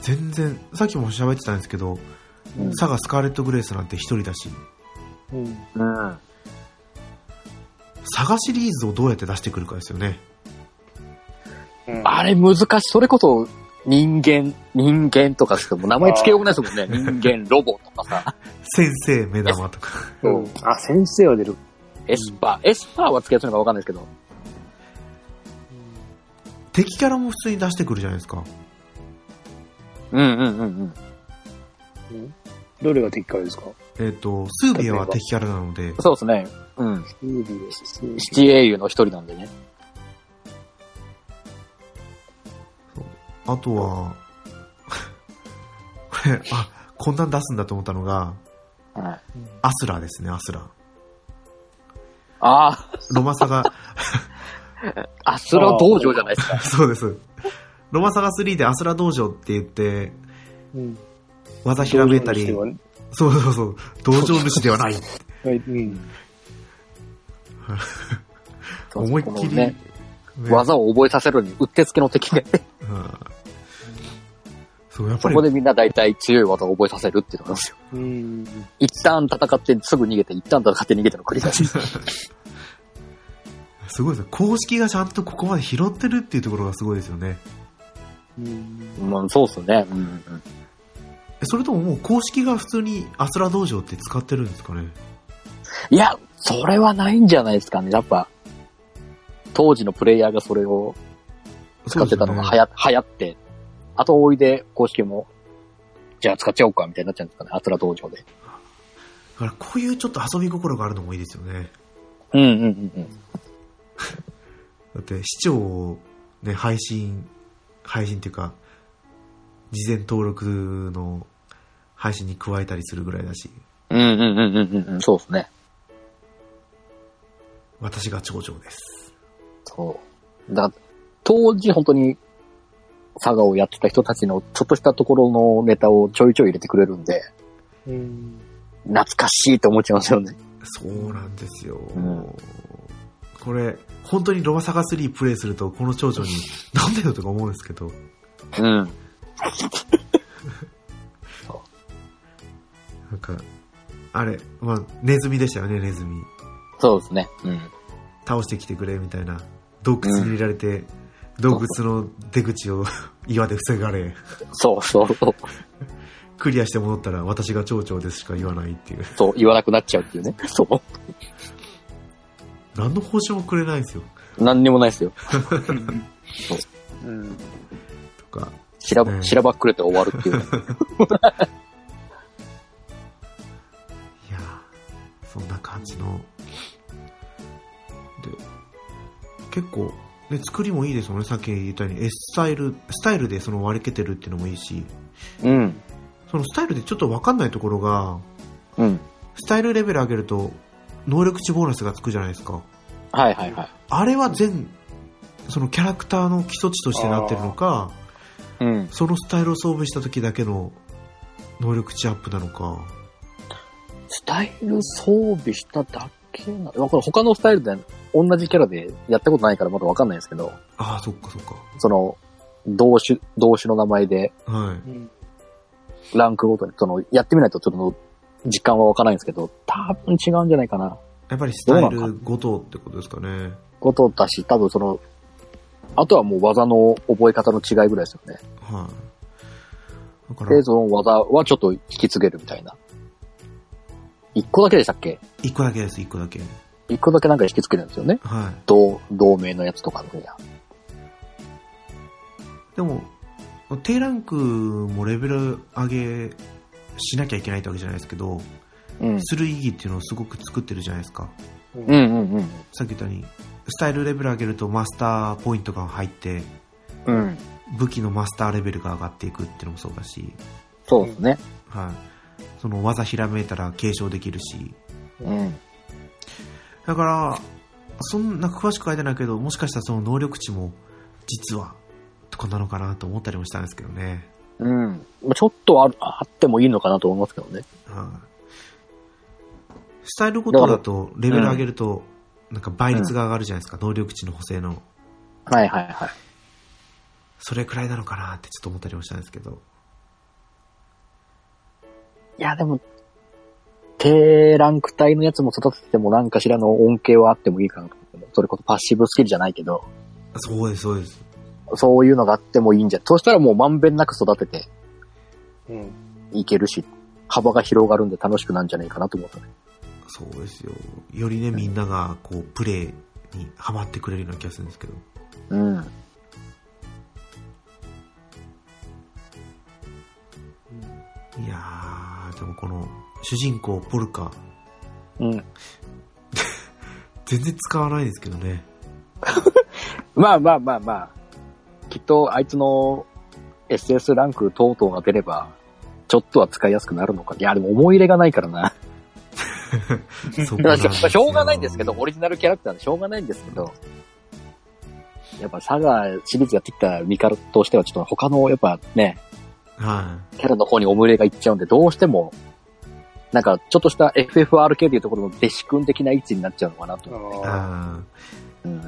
Speaker 4: 全然、さっきも喋ってたんですけど、
Speaker 5: うん
Speaker 4: サガスカーレット・グレースなんて一人だし、
Speaker 5: う
Speaker 3: う
Speaker 5: ん。
Speaker 3: ん。
Speaker 4: サガシリーズをどうやって出してくるかですよね。
Speaker 3: あれ難しい。それこそ、人間、人間とかですけども、名前つけようもないですもんね。人間、ロボとかさ、
Speaker 4: 先生、目玉とか。
Speaker 5: うん。あ、先生は出る。
Speaker 3: エスパー。エスパーはつけやすいのかわかんないですけど。
Speaker 4: 敵キャラも普通に出してくるじゃないですか。
Speaker 3: うんうんうんうん。
Speaker 5: うんどれが敵かですか
Speaker 4: えっ、と、スービアは敵キャラなので、
Speaker 3: そうですね。うん。
Speaker 5: スービーですね
Speaker 3: 七英雄の一人なんでね。
Speaker 4: あとは、 これ、あ、こんなん出すんだと思ったのが、
Speaker 3: はい。
Speaker 4: アスラーですね、アスラー。
Speaker 3: ああ、
Speaker 4: ロマサガ、
Speaker 3: アスラ道場じゃないですか。
Speaker 4: そうです。ロマサガ3でアスラ道場って言って、
Speaker 5: うん。
Speaker 4: 技ひらめいたり、
Speaker 5: 同情の人
Speaker 4: そうそうそう、道場主ではない。
Speaker 5: ははい、うん。
Speaker 4: 思いっきり、
Speaker 3: このね、技を覚えさせるのに、うってつけの敵で、
Speaker 4: うんそう、やっ
Speaker 3: そ
Speaker 4: ぱり
Speaker 3: こ、でみんな大体強い技を覚えさせるっていうのがあるんですよ。
Speaker 5: うん。
Speaker 3: 一旦戦ってすぐ逃げて、一旦戦って逃げての繰り返し。
Speaker 4: すごいですね。公式がちゃんとここまで拾ってるっていうところがすごいですよね。
Speaker 5: うん
Speaker 3: まあ、そうっすね。うんうんうん。
Speaker 4: えそれとももう公式が普通にアスラ道場って使ってるんですかね。
Speaker 3: いや、それはないんじゃないですかね。やっぱ、当時のプレイヤーがそれを使ってたのが
Speaker 4: そう
Speaker 3: 流
Speaker 4: ですよね
Speaker 3: 行,、流行って、後追いで公式も、じゃあ使っちゃおうか、みたいになっちゃうんですかね。アスラ道場で。
Speaker 4: だからこういうちょっと遊び心があるのもいいですよね。
Speaker 3: うんうんうんうん。
Speaker 4: だって、市長をね、配信、配信っていうか、事前登録の配信に加えたりするぐらいだし、
Speaker 3: うんうんうんうんうんうん。そうですね。
Speaker 4: 私が長女です。
Speaker 3: そう。だから当時本当に、佐賀をやってた人たちのちょっとしたところのネタをちょいちょい入れてくれるんで、
Speaker 5: うん。
Speaker 3: 懐かしいと思っちゃいますよね。
Speaker 4: そうなんですよ。
Speaker 3: ん
Speaker 4: これ、本当にロマサガ3プレイすると、この長女に、 なんだよとか思うんですけど、
Speaker 3: うん。
Speaker 4: なんか、あれ、まあ、ネズミでしたよね、ネズミ。
Speaker 3: そうですね。うん。
Speaker 4: 倒してきてくれ、みたいな。洞窟に入れられて、洞窟の出口を 岩で防がれ、
Speaker 3: そうそうそう。
Speaker 4: クリアして戻ったら、私が長女ですしか言わないっていう。
Speaker 3: そう、言わなくなっちゃうっていうね。 そう。
Speaker 4: 何の報酬もくれないんですよ。
Speaker 3: 何にもないですよ。
Speaker 5: うん。
Speaker 4: とか、
Speaker 3: しら
Speaker 4: うん
Speaker 3: しらばっくれて終わるっていうね。
Speaker 4: いやーそんな感じの。で、結構、で、作りもいいですもんね。さっき言ったように、S スタイル、スタイルでその割り切ってるっていうのもいいし、
Speaker 3: うん。
Speaker 4: そのスタイルでちょっとわかんないところが、
Speaker 3: うん。
Speaker 4: スタイルレベル上げると、能力値ボーナスがつくじゃないですか。
Speaker 3: はいはいはい。
Speaker 4: あれは全、そのキャラクターの基礎値としてなってるのか、
Speaker 3: うん。
Speaker 4: そのスタイルを装備した時だけの能力値アップなのか、
Speaker 3: スタイル装備しただけな、まあこれ他のスタイルで同じキャラでやったことないからまだわかんないですけど、
Speaker 4: ああ、そっかそっか。
Speaker 3: その、動詞、動詞の名前で、
Speaker 4: はい。
Speaker 5: うん。
Speaker 3: ランクごとに、その、やってみないとちょっと実感はわからないんですけど、多分違うんじゃないかな。
Speaker 4: やっぱりスタイルごとってことですかね。
Speaker 3: ことだし、多分その、あとはもう技の覚え方の違いぐらいですよね。
Speaker 4: はい。だか
Speaker 3: で、
Speaker 4: ら、
Speaker 3: その技はちょっと引き継げるみたいな。一個だけでしたっけ
Speaker 4: 一個だけです、一個だけ。
Speaker 3: 一個だけなんか引き継げるんですよね。
Speaker 4: は
Speaker 3: 同、同盟のやつとかのや。
Speaker 4: い。でも、低ランクもレベル上げしなきゃいけないってわけじゃないですけど、
Speaker 3: うん。
Speaker 4: する意義っていうのをすごく作ってるじゃないですか。
Speaker 3: うんうんうん。
Speaker 4: さっき言ったように、スタイルレベル上げるとマスターポイントが入って、
Speaker 3: うん。
Speaker 4: 武器のマスターレベルが上がっていくっていうのもそうだし、
Speaker 3: そうですね。
Speaker 4: はい。その技ひらめいたら継承できるし、
Speaker 3: うん。
Speaker 4: だから、そんな詳しく書いてないけど、もしかしたらその能力値も、実は、とかなのかなと思ったりもしたんですけどね。
Speaker 3: うん。まあちょっとあるあってもいいのかなと思いますけどね。
Speaker 4: はい。スタイルごとだと、レベル上げると、なんか倍率が上がるじゃないですか、能力値の補正の。
Speaker 3: はいはいはい。
Speaker 4: それくらいなのかなってちょっと思ったりもしたんですけど。
Speaker 3: いや、でも、低ランク帯のやつも育ててもなんかしらの恩恵はあってもいいかなと思ってそれこそパッシブスキルじゃないけど、
Speaker 4: そうです、そうです。
Speaker 3: そういうのがあってもいいんじゃ。そうしたらもうまんべんなく育てて
Speaker 5: うん。
Speaker 3: いけるし、幅が広がるんで楽しくなんじゃないかなと思ったね。
Speaker 4: そうですよ。よりね、みんなが、こう、プレイにハマってくれるような気がするんですけど。
Speaker 3: うん。
Speaker 4: いやー、でもこの、主人公、ポルカ、
Speaker 3: うん。
Speaker 4: 全然使わないですけ どね。
Speaker 3: まあまあまあまあ、きっとあいつの SS ランク等々が出れば、ちょっとは使いやすくなるのか。いや、でも思い入れがないからな。
Speaker 4: そこ
Speaker 3: ま
Speaker 4: な
Speaker 3: あ
Speaker 4: んですよ
Speaker 3: しょうがないんですけど、オリジナルキャラクターでしょうがないんですけど、やっぱサガシリーズやってきたミカルとしては、ちょっと他のやっぱね、
Speaker 4: は
Speaker 3: キャラの方に思い入れがいっちゃうんで、どうしても、なんかちょっとした FFRK でいうところの弟子君的な位置になっちゃうのかなと。
Speaker 4: い。
Speaker 5: ああ。
Speaker 4: あ
Speaker 3: うん。
Speaker 5: うん。
Speaker 4: ー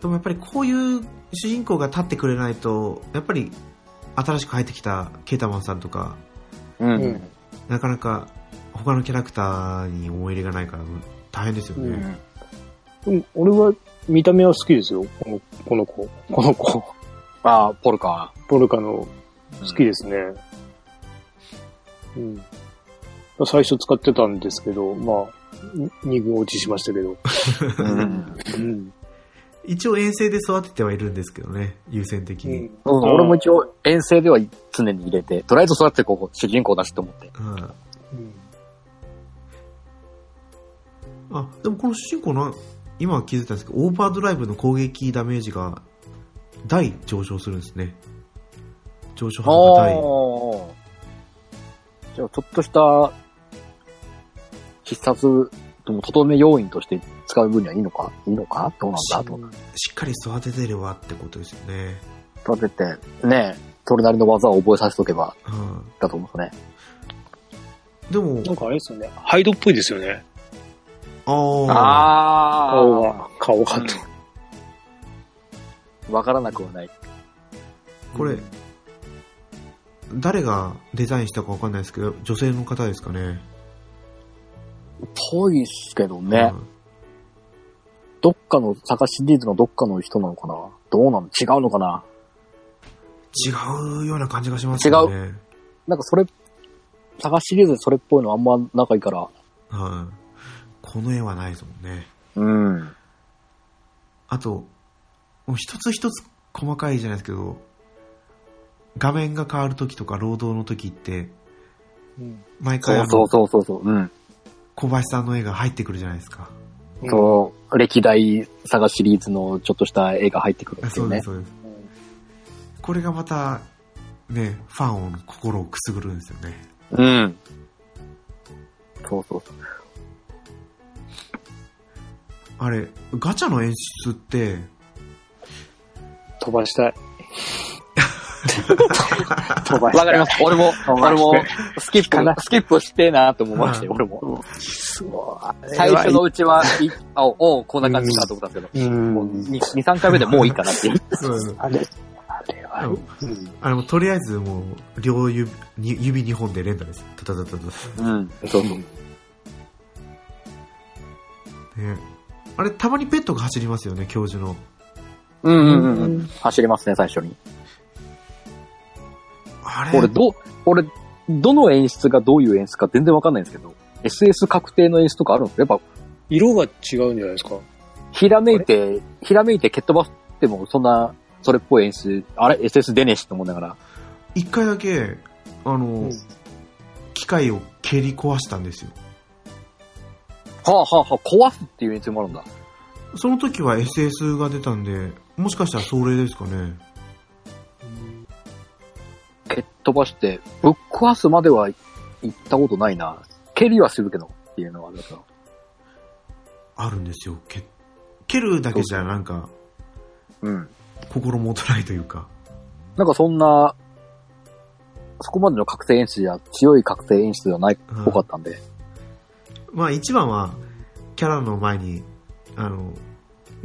Speaker 4: でもやっぱりこういう主人公が立ってくれないと、やっぱり、新しく入ってきたケータマンさんとか、
Speaker 3: うん。
Speaker 5: うん
Speaker 4: なかなか他のキャラクターに思い入れがないから大変ですよ
Speaker 3: う
Speaker 4: ね。
Speaker 3: ん
Speaker 5: うん俺は見た目は好きですよ。このこの子。この子。
Speaker 3: ああ、ポルカ。
Speaker 5: ポルカの
Speaker 3: 好
Speaker 5: 好きですね。うん。最初使ってたんですけど、まあ、に二軍落ちしましたけど。
Speaker 3: す。うん。
Speaker 5: うん。
Speaker 4: 一応遠征で育ててはいるんですけどね、優先的
Speaker 5: う
Speaker 4: に。
Speaker 5: ん
Speaker 3: うん、俺も一応遠征では常に入れて、とりあえず育ってここ主人公だしと思って。
Speaker 4: うんあ、でもこの主人公の、今気づいたんですけど、オーバードライブの攻撃ダメージが、大上昇するんですね。上昇幅が大。
Speaker 3: おーじゃあ、ちょっとした必殺、でも、とどめ要員として使う分にはいいのかいいのかどうなんだと。
Speaker 4: しっかり育ててればってことですよね。
Speaker 3: 育てて、ねえ、それなりの技を覚えさせとけば、
Speaker 4: うん。
Speaker 3: だと思うんですね。
Speaker 4: でも
Speaker 5: な、んかあれですよね。ハイドっぽいですよね。
Speaker 4: ああ
Speaker 3: あ
Speaker 5: 顔が、顔がと。
Speaker 3: わからなくはない。
Speaker 4: これ、誰がデザインしたかわかんないですけど、女性の方ですかね。
Speaker 3: ぽいっすけどね。
Speaker 4: うん
Speaker 3: どっかの、サカシリーズのどっかの人なのかなどうなの違うのかな
Speaker 4: 違うような感じがしますよね。違う。
Speaker 3: なんかそれ、サカシリーズでそれっぽいのあんま仲いいから。
Speaker 4: はい。この絵はないですもんね。
Speaker 3: うん。
Speaker 4: あと、もう一つ一つ細かいじゃないですけど、画面が変わるときとか、労働のときって、
Speaker 5: うん
Speaker 4: 毎回
Speaker 3: そ
Speaker 4: あ
Speaker 3: うそ
Speaker 4: の
Speaker 3: うそうそうそう。うん。
Speaker 4: 小林さんの絵が入ってくるじゃないですか。
Speaker 3: そう、歴代サガシリーズのちょっとした絵が入ってくるん
Speaker 4: あ
Speaker 3: です
Speaker 4: そ
Speaker 3: よ
Speaker 4: うで
Speaker 3: ね
Speaker 4: す、。そうです。これがまた、ね、ファンを心をくすぐるんですよね。
Speaker 3: うん。そうそうそう。
Speaker 4: あれ、ガチャの演出って、
Speaker 5: 飛ばしたい。飛ば
Speaker 3: わ
Speaker 5: した
Speaker 3: かり
Speaker 5: い。
Speaker 3: ます。俺も、俺も、スキッ
Speaker 5: かな
Speaker 3: プ、スキップしてえなと思いましたよ、
Speaker 4: う
Speaker 3: 俺も。
Speaker 5: そう
Speaker 3: 最初のうちは、いあ、おおうこんな感じかと思ったんですけ
Speaker 5: う。
Speaker 3: ど、もうん2、2 3回目でもういいかなっていう。
Speaker 4: そうです。
Speaker 5: あれ、あれは、うん
Speaker 4: あの、とりあえずもう、両指、に指2本で連打です。タタタタタ。
Speaker 3: うん。そうそう。
Speaker 4: ね、あれ、たまにペットが走りますよね、教授の。
Speaker 3: うん
Speaker 5: う
Speaker 3: うんんうん。走りますね、最初に。
Speaker 4: あれ
Speaker 3: 俺、ど、俺、どの演出がどういう演出か全然わかんないんですけど、SS 確定の演出とかあるんですかやっぱ
Speaker 5: 色が違うんじゃないですか。
Speaker 3: ひらめいて、ひらめいて蹴っ飛ばしても、そんな、それっぽい演出、あれ ?SS 出ねえしと思いながら。
Speaker 4: 一回だけ、あの、
Speaker 5: うん
Speaker 4: 機械を蹴り壊したんですよ。
Speaker 3: はあはあはあ、壊すっていう演出もあるんだ。
Speaker 4: その時は SS が出たんで、もしかしたらそれですかね。
Speaker 3: 蹴っ飛ばして、ぶっ壊すまでは行ったことないな。蹴りはするけど、っていうのはあるけど。
Speaker 4: あるんですよ。蹴蹴るだけじゃなんか、
Speaker 3: うん。
Speaker 4: 心もとないというか。
Speaker 3: なんかそんな、そこまでの覚醒演出や強い覚醒演出ではないっぽかったんで。
Speaker 4: まあ一番は、キャラの前に、あの、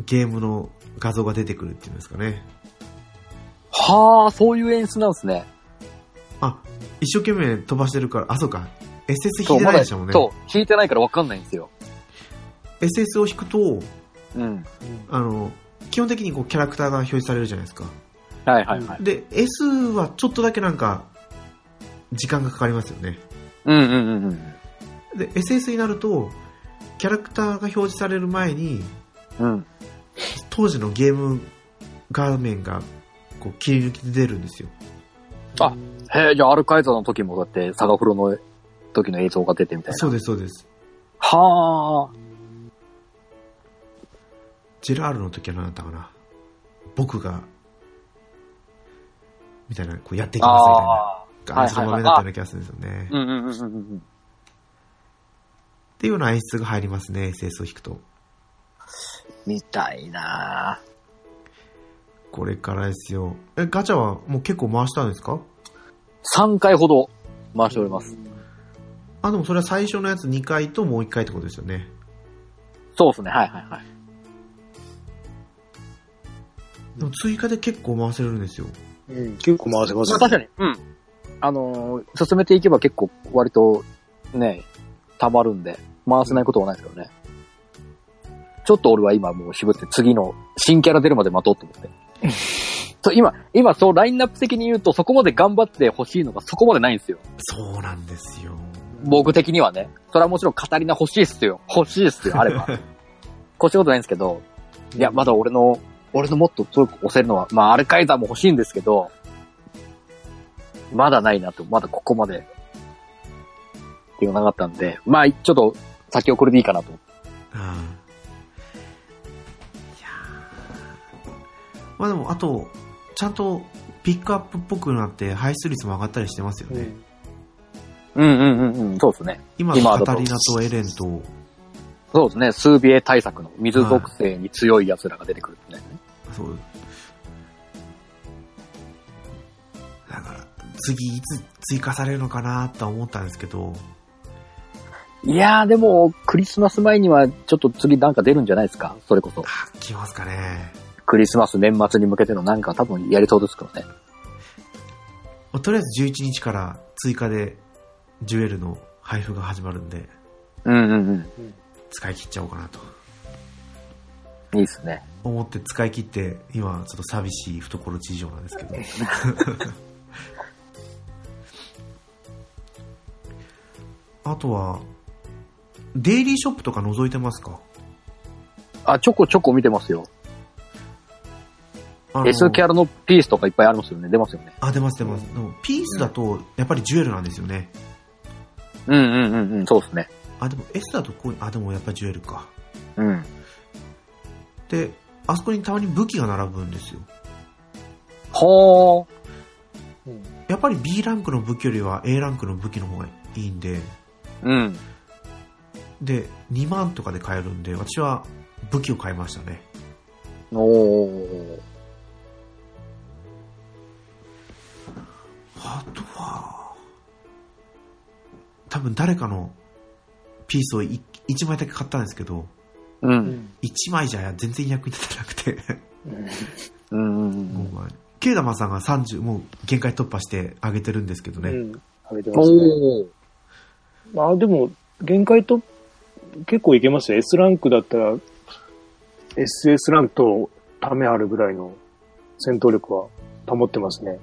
Speaker 4: ゲームの画像が出てくるっていうんですかね。
Speaker 3: はあ、そういう演出なんですね。
Speaker 4: あ、一生懸命飛ばしてるから、あ、そうか。SS
Speaker 3: そ、
Speaker 4: 弾いうて
Speaker 3: ま
Speaker 4: ない
Speaker 3: だ、
Speaker 4: でしたもんね。
Speaker 3: そう、弾いてないから分かんないんですよ。
Speaker 4: SS を引くと、
Speaker 3: うん。
Speaker 4: あの、基本的にこうキャラクターが表示されるじゃないですか。
Speaker 3: はいはいはい。
Speaker 4: で、S はちょっとだけなんか、時間がかかりますよね。
Speaker 3: うんうんうんうん。
Speaker 4: で、SS になると、キャラクターが表示される前に、
Speaker 3: うん。
Speaker 4: 当時のゲーム画面が、こう切り抜きで出るんですよ。
Speaker 3: あへえ、じゃあアルカイザーの時もだって、サガフロの時の映像が出てみたいな。
Speaker 4: そうです、そうです。
Speaker 3: はあ。
Speaker 4: ジェラールの時は何だったかな。僕が、みたいな、こうやっていきますみたいな
Speaker 3: ああ。
Speaker 4: 感じの場面だったような気がするんですよね。
Speaker 3: うんうんうんうんうん。
Speaker 4: っていうような演出が入りますね、SS を引くと。
Speaker 3: みたいな
Speaker 4: これからですよ。え、ガチャはもう結構回したんですか
Speaker 3: 3回ほど回しております。
Speaker 4: あ、でもそれは最初のやつ2回ともう1回ってことですよね。
Speaker 3: そうですね、はいはいはい。
Speaker 4: でも追加で結構回せるんですよ。
Speaker 5: うん、結構回せます
Speaker 3: まあ確かに、うん。あのー進めていけば結構割とね、溜まるんで、回せないことはないですけどね。ちょっと俺は今もう渋って次の新キャラ出るまで待とうと思って。そう今、今そうラインナップ的に言うとそこまで頑張ってほしいのがそこまでないんですよ。
Speaker 4: そうなんですよ。
Speaker 3: 僕的にはね。それはもちろんカタリナ欲しいっすよ。欲しいっすよ、あ れば。こうしたことないんですけど、いや、まだ俺の、俺のもっと強く押せるのは、まあ、アルカイザーも欲しいんですけど、まだないなと、まだここまで、っていうのがなかったんで、まあ、ちょっと、先送りでいいかなと。
Speaker 4: うん。いやーまあでも、あと、ちゃんとピックアップっぽくなって、排出率も上がったりしてますよね。
Speaker 3: うんうんうんうん、そうですね。
Speaker 4: 今
Speaker 3: 今
Speaker 4: の
Speaker 3: だと
Speaker 4: カタリナとエレンと、
Speaker 3: そうですね、スービエ対策の水属性に強い奴らが出てくるってね。
Speaker 4: そう。だから、次いつ追加されるのかなとは思ったんですけど、
Speaker 3: いやー、でも、クリスマス前には、ちょっと次なんか出るんじゃないですかそれこそ。
Speaker 4: あ、来ますかね。
Speaker 3: クリスマス年末に向けてのなんか多分やりそうですけどね。
Speaker 4: とりあえず11日から追加でジュエルの配布が始まるんで、
Speaker 3: うんうん
Speaker 4: 使い切っちゃおうかなと
Speaker 3: うん。いいっすね。
Speaker 4: 思って使い切って、今ちょっと寂しい懐事情なんですけど。あとは、デイリーショップとか覗いてますか
Speaker 3: あ、ちょこちょこ見てますよ。
Speaker 4: あの
Speaker 3: S キャラのピースとかいっぱいありますよね。出ますよね。
Speaker 4: あ、出ます出ます。でもピースだと、やっぱりジュエルなんですよね。
Speaker 3: うんうんうんうん、そうですね。
Speaker 4: あ、でも S だとこう、あ、でもやっぱりジュエルか。
Speaker 3: うん。
Speaker 4: で、あそこにたまに武器が並ぶんですよ。
Speaker 3: ほー。
Speaker 4: やっぱり B ランクの武器よりは A ランクの武器の方がいいんで、
Speaker 3: うん。
Speaker 4: で、2万とかで買えるんで、私は武器を買いましたね。
Speaker 3: おー。
Speaker 4: あとは、多分誰かのピースを1枚だけ買ったんですけど、
Speaker 3: う。
Speaker 5: うんん。
Speaker 4: 1枚じゃ全然役に立たなくて、
Speaker 3: うんうんうん。
Speaker 4: もうケイダマンさんが30、もう限界突破してあげてるんですけどね。
Speaker 5: うん。上げてますね。
Speaker 3: おー。
Speaker 5: まあでも、限界と、結構いけますよ。S ランクだったら、SS ランクとためあるぐらいの戦闘力は保ってますね。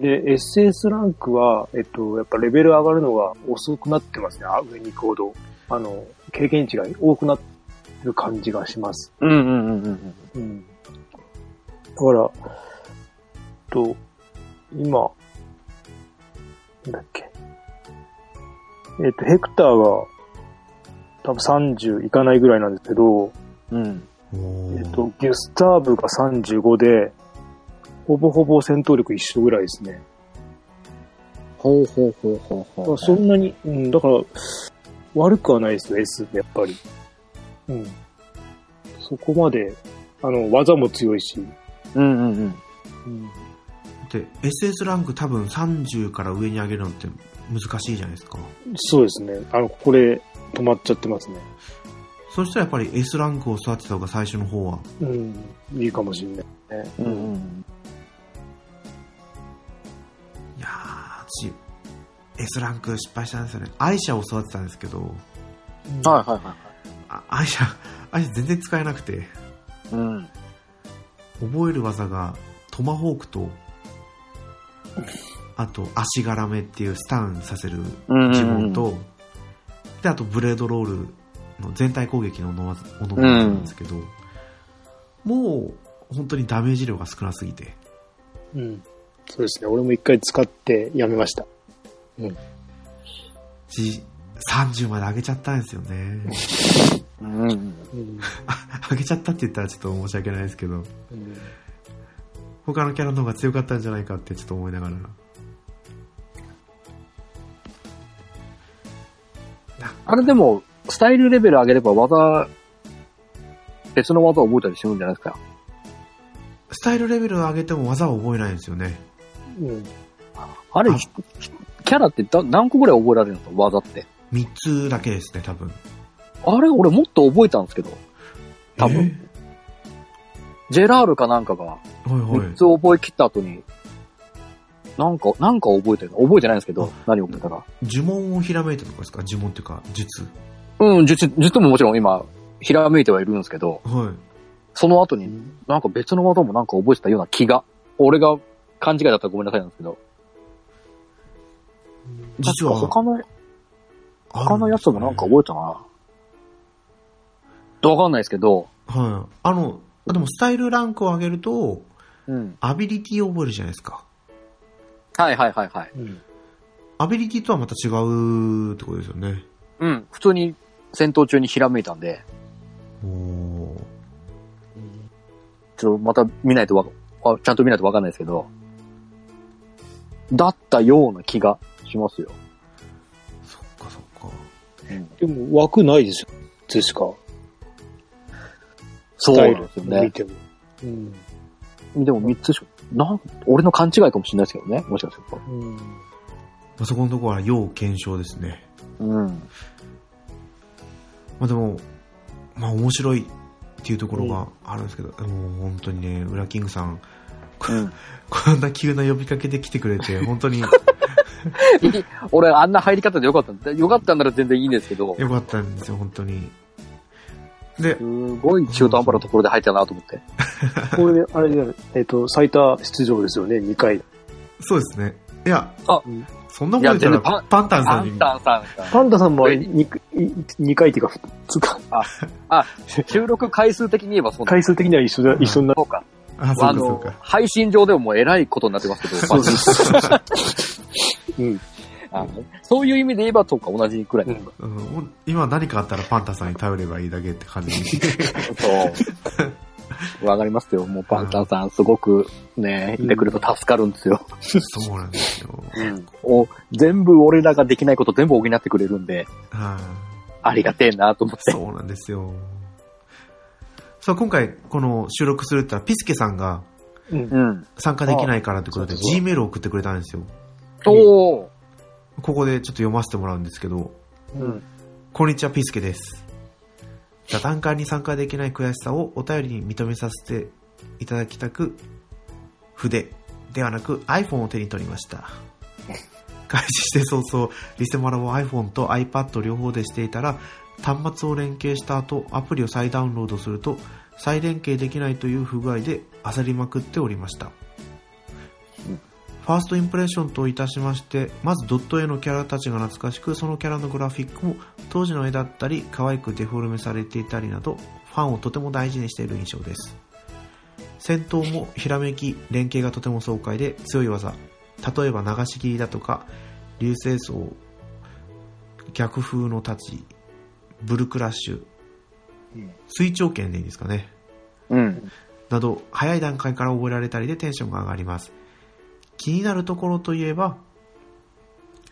Speaker 5: で、SS ランクは、えっと、やっぱレベル上がるのが遅くなってますね。あ上に行動。あの、経験値が多くなってる感じがします。
Speaker 3: うんうんうんうん
Speaker 5: うん。だから、と、今、なんだっけ。えっ、と、ヘクターが、多分30いかないぐらいなんですけど、
Speaker 3: うん。うん。
Speaker 4: お
Speaker 5: えっ、
Speaker 4: ー
Speaker 5: と、ギュスターブが35で、ほぼほぼ戦闘力一緒ぐらいですね。
Speaker 3: ほうほうほうほうほ
Speaker 5: だからそんなに、うん、だから、悪くはないですよ、S ってやっぱり。うん。そこまで、あの、技も強いし、
Speaker 3: う。うんうんうん。
Speaker 5: うん、
Speaker 4: で SS ランク多分30から上に上げるのって難しいじゃないですか
Speaker 5: そうですね。あの、これ、止まっちゃってますね。
Speaker 4: そしたらやっぱり S ランクを育てた方が最初の方は
Speaker 5: うん。いいかもしれない。
Speaker 3: うんうん。
Speaker 4: 私、S ランク失敗したんですよね。アイシャを育てたんですけど、
Speaker 3: はいはいは
Speaker 4: あアイシャ、アイシャ全然使えなくて、
Speaker 3: い。うん。
Speaker 4: 覚える技がトマホークと、 あと足絡めっていうスタンさせる
Speaker 3: うん
Speaker 4: 呪文と、で、あとブレードロールの全体攻撃の斧技斧技なんですけど、もう本当にダメージ量が少なすぎて、
Speaker 5: うん。そうですね。俺も一回使ってやめました。
Speaker 4: じ30まで上げちゃったんです よね。
Speaker 3: うんうん。
Speaker 5: うん。
Speaker 4: 上げちゃったって言ったらちょっと申し訳ないですけど、
Speaker 5: うん
Speaker 4: 他のキャラの方が強かったんじゃないかってちょっと思いながら。
Speaker 3: あれでも、スタイルレベル上げれば技、別の技を覚えたりするんじゃないですか。
Speaker 4: スタイルレベルを上げても技を覚えないんですよね。
Speaker 5: うん。
Speaker 3: あれ、
Speaker 4: あ
Speaker 3: ひキャラってだ何個ぐらい覚えられるの技って。
Speaker 4: 3つだけですね、多分。
Speaker 3: あれ俺もっと覚えたんですけど、多分ジェラールかなんかが
Speaker 4: えーはいはい
Speaker 3: 3。つ覚え切った後に、なんか、なんか覚えてる覚えてないんですけど、何覚えたか。
Speaker 4: 呪文をひらめいたとかですか呪文っていうか、術。
Speaker 3: うん、術、術ももちろん今、ひらめいてはいるんですけど、
Speaker 4: は
Speaker 3: その後になんか別の技もなんか覚えてたような気が、俺が勘違いだったらごめんなさいなんですけど、
Speaker 4: い。実は、
Speaker 3: 確か他の他のやつもなんか
Speaker 4: 覚
Speaker 3: 覚えたな。わかんないですけど、
Speaker 4: えはい。あの、あでもスタイルランクを上げると、
Speaker 3: うん。
Speaker 4: アビリティを覚えるじゃないですか。
Speaker 3: はいはいはいはい。
Speaker 5: うん。
Speaker 4: アビリティとはまた違うってことですよね。
Speaker 3: うん。普通に戦闘中にひらめいたんで、
Speaker 4: おー
Speaker 3: ちょっとまた見ないとわ、あちゃんと見ないとわかんないですけど、だったような気がしますよ。
Speaker 4: そっかそっか。
Speaker 5: でも枠ないですよ。確か。
Speaker 3: そうなんですよ
Speaker 5: 見
Speaker 3: ね。
Speaker 5: ても。うん。
Speaker 3: でも3つしか、なん、俺の勘違いかもしれないですけどね。もしかすると。
Speaker 5: うん。
Speaker 4: まあ、そこのところは要検証ですね。
Speaker 3: うん。
Speaker 4: まあでも、まあ面白いっていうところがあるんですけど、もう本当にね、ウラキングさん、こ
Speaker 3: うん
Speaker 4: こんな急な呼びかけで来てくれて、本当に
Speaker 3: 俺、あんな入り方でよかったんだ。よかったんなら全然いいんですけど、
Speaker 4: 良かったんですよ、本当に。で、
Speaker 3: すごい中途半端なところで入ったなと思って。
Speaker 5: これで、あれだよね。えっと、最多出場ですよね。2回。
Speaker 4: そうですね。いや、
Speaker 3: あ
Speaker 4: そんなこと言った
Speaker 3: いや全然パ
Speaker 4: ら
Speaker 3: ン
Speaker 4: パンタンさ
Speaker 3: パ
Speaker 4: んに
Speaker 3: ン、タンさんが
Speaker 5: パンダさんも
Speaker 3: え
Speaker 5: 2, 2回っていうか、つうか、
Speaker 3: あ、収録回数的に言えばそうなん
Speaker 5: 回数的には一緒だ、一緒にな
Speaker 3: そうか。
Speaker 4: あ、そ
Speaker 3: あ
Speaker 4: うかそう
Speaker 3: の
Speaker 4: か、。
Speaker 3: 配信上でももう偉いことになってますけど、
Speaker 5: そうそうそううん。
Speaker 3: あのそういう意味で言えばそうか、同じくらいなんだ。
Speaker 4: うんもう今何かあったらパンタンさんに頼ればいいだけって感じ。
Speaker 3: そう。わかりますよ。もうパンタンさん、すごくね、いてくれると助かるんですよ。
Speaker 4: そうなんですよ。
Speaker 3: お全部俺らができないこと全部補ってくれるんで、
Speaker 4: はい。
Speaker 3: ありがてえなと思って。
Speaker 4: そうなんですよ。そう、今回、この収録するってのは、ピスケさんが
Speaker 5: う
Speaker 3: う
Speaker 5: ん。
Speaker 3: ん。
Speaker 4: 参加できないからってことで、
Speaker 5: あそうそう
Speaker 4: G メールを送ってくれたんですよ。
Speaker 3: おお。
Speaker 4: ここでちょっと読ませてもらうんですけど、
Speaker 5: うん。
Speaker 4: こんにちは、ピスケです。座談会に参加できない悔しさをお便りに認めさせていただきたく、筆ではなく iPhone を手に取りました。開始して早々、リセマラを iPhone と iPad 両方でしていたら、端末を連携した後、アプリを再ダウンロードすると、再連携できないという不具合で焦りまくっておりました。ファーストインプレッションといたしまして、まずドット絵のキャラたちが懐かしく、そのキャラのグラフィックも当時の絵だったり、可愛くデフォルメされていたりなど、ファンをとても大事にしている印象です。戦闘もひらめき、連携がとても爽快で強い技、例えば流し切りだとか、流星層、逆風の太刀、ブルクラッシュ
Speaker 5: うん、
Speaker 4: 水長剣でいいですかね。
Speaker 3: うん。
Speaker 4: など早い段階から覚えられたりでテンションが上がります気になるところといえば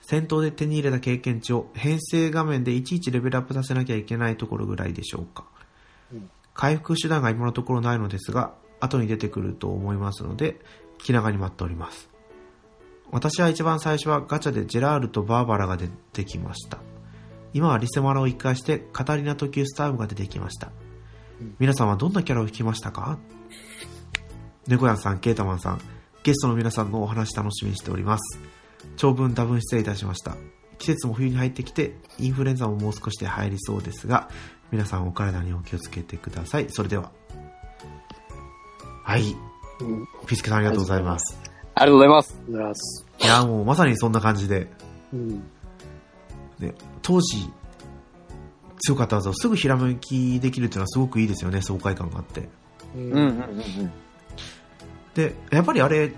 Speaker 4: 戦闘で手に入れた経験値を編成画面でいちいちレベルアップさせなきゃいけないところぐらいでしょうか、
Speaker 5: うん
Speaker 4: 回復手段が今のところないのですが後に出てくると思いますので気長に待っております私は一番最初はガチャでジェラールとバーバラが出てきました今はリセマラを一回してカタリナとキュスタウムが出てきました、皆さんはどんなキャラを引きましたか猫やんさん、ケータマンさん、ゲストの皆さんのお話楽しみにしております。長文多分失礼いたしました。季節も冬に入ってきて、インフルエンザももう少しで入りそうですが、皆さんお体にお気をつけてください。それでは。はい。
Speaker 5: うん。
Speaker 4: ピスケさんありがとうございます。
Speaker 3: ありがとうございます。
Speaker 5: うらす。
Speaker 4: いや、もうまさにそんな感じで、
Speaker 5: うん。
Speaker 4: 当時、強かった技をすぐひらめきできるっていうのはすごくいいですよね、爽快感があって。
Speaker 5: う
Speaker 3: うんうんうんうん。
Speaker 4: で、やっぱりあれ、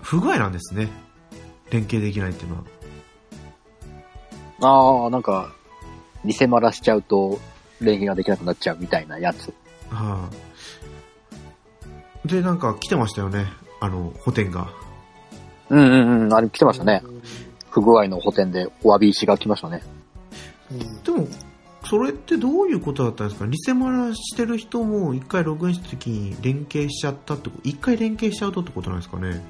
Speaker 4: 不具合なんですね。連携できないっていうのは。
Speaker 3: ああ、なんか、偽マラしちゃうと、礼儀ができなくなっちゃうみたいなやつ。
Speaker 4: はあ、で、なんか来てましたよね。あの、補填が。
Speaker 3: うんうんうん。あれ来てましたね。不具合の補填でお詫びしが来ましたね。
Speaker 5: うん。
Speaker 4: でも、それってどういうことだったんですか偽マラしてる人も一回ログインした時に連携しちゃったってこと、一回連携しちゃうとってことなんですかね。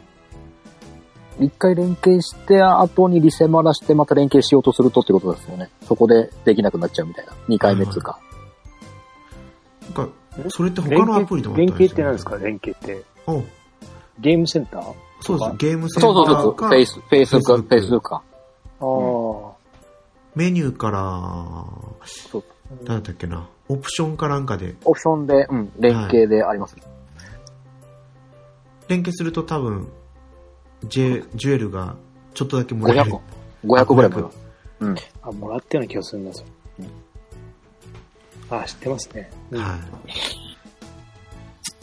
Speaker 3: 一回連携して、後にリセマラしてまた連携しようとするとってことですよね。そこでできなくなっちゃうみたいな。二回目通過。
Speaker 4: なんか
Speaker 5: え、
Speaker 4: それって
Speaker 5: 連
Speaker 4: 他のアプリと
Speaker 5: 携
Speaker 4: も
Speaker 5: 連携って何です
Speaker 4: か
Speaker 5: か連携って。
Speaker 4: お
Speaker 5: ゲームセンターあ
Speaker 4: そうです。ゲームセンタ
Speaker 3: そうそうそう
Speaker 4: ー
Speaker 3: そう。
Speaker 4: か
Speaker 3: フェイス、フェイスか、フ
Speaker 4: Facebook
Speaker 3: ェイスか。
Speaker 5: あ。
Speaker 4: メニューから、
Speaker 3: そう。
Speaker 4: 何だったっけな、オプションかなんかで
Speaker 3: オプションで、うん、連携であります。
Speaker 4: 連携すると多分、J、ジュエルがちょっとだけもらえる
Speaker 3: 500。500ぐらいもらう。
Speaker 5: あ、もらったような気がするんだ、それ。あ、知ってますね。
Speaker 4: はい。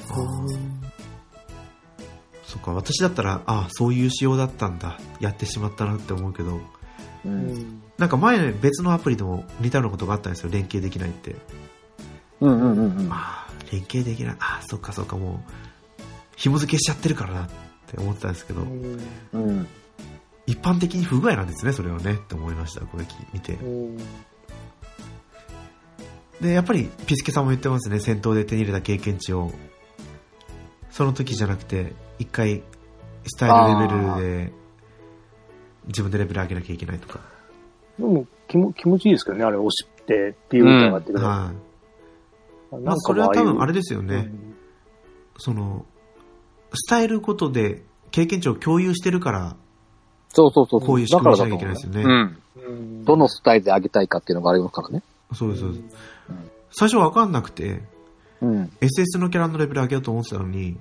Speaker 4: あーそっか、私だったら、ああ、そういう仕様だったんだ。やってしまったなって思うけど、
Speaker 3: う。
Speaker 5: うんん。
Speaker 4: なんか前別のアプリでも似たようなことがあったんですよ。連携できないって。
Speaker 3: うんうんうんうん。
Speaker 4: ああ、連携できない。ああ、そっかそっか、もう、紐付けしちゃってるからなって思ってたんですけど、
Speaker 5: うん。
Speaker 3: うん。
Speaker 4: 一般的に不具合なんですね、それはね。って思いました、これき見て
Speaker 5: う。ん。
Speaker 4: で、やっぱりピスケさんも言ってますね。戦闘で手に入れた経験値を、その時じゃなくて、一回、スタイルレベルで、自分でレベル上げなきゃいけないとか。
Speaker 5: でも気も気持ちいいですけどね、あれ押して、ビューって上がってくる。
Speaker 4: は。
Speaker 5: ないん
Speaker 4: まあ、
Speaker 5: か
Speaker 4: それは多分あれ
Speaker 5: で
Speaker 4: ですよね。。その、スタイルごとで経験値を共有してるから、
Speaker 3: そうそうそう。
Speaker 4: こういう仕
Speaker 3: だか
Speaker 4: 組み
Speaker 3: ら
Speaker 4: し
Speaker 3: だ
Speaker 4: な
Speaker 3: と
Speaker 4: きゃいけ
Speaker 3: 思う
Speaker 4: ないですよね。
Speaker 3: うん。
Speaker 5: うん
Speaker 3: どのスタイルで上げたいかっていうのがありますからね。
Speaker 4: そうです、そうです。最初わかんなくて、
Speaker 3: うん。
Speaker 4: SS のキャラのレベル上げようと思ってたのに、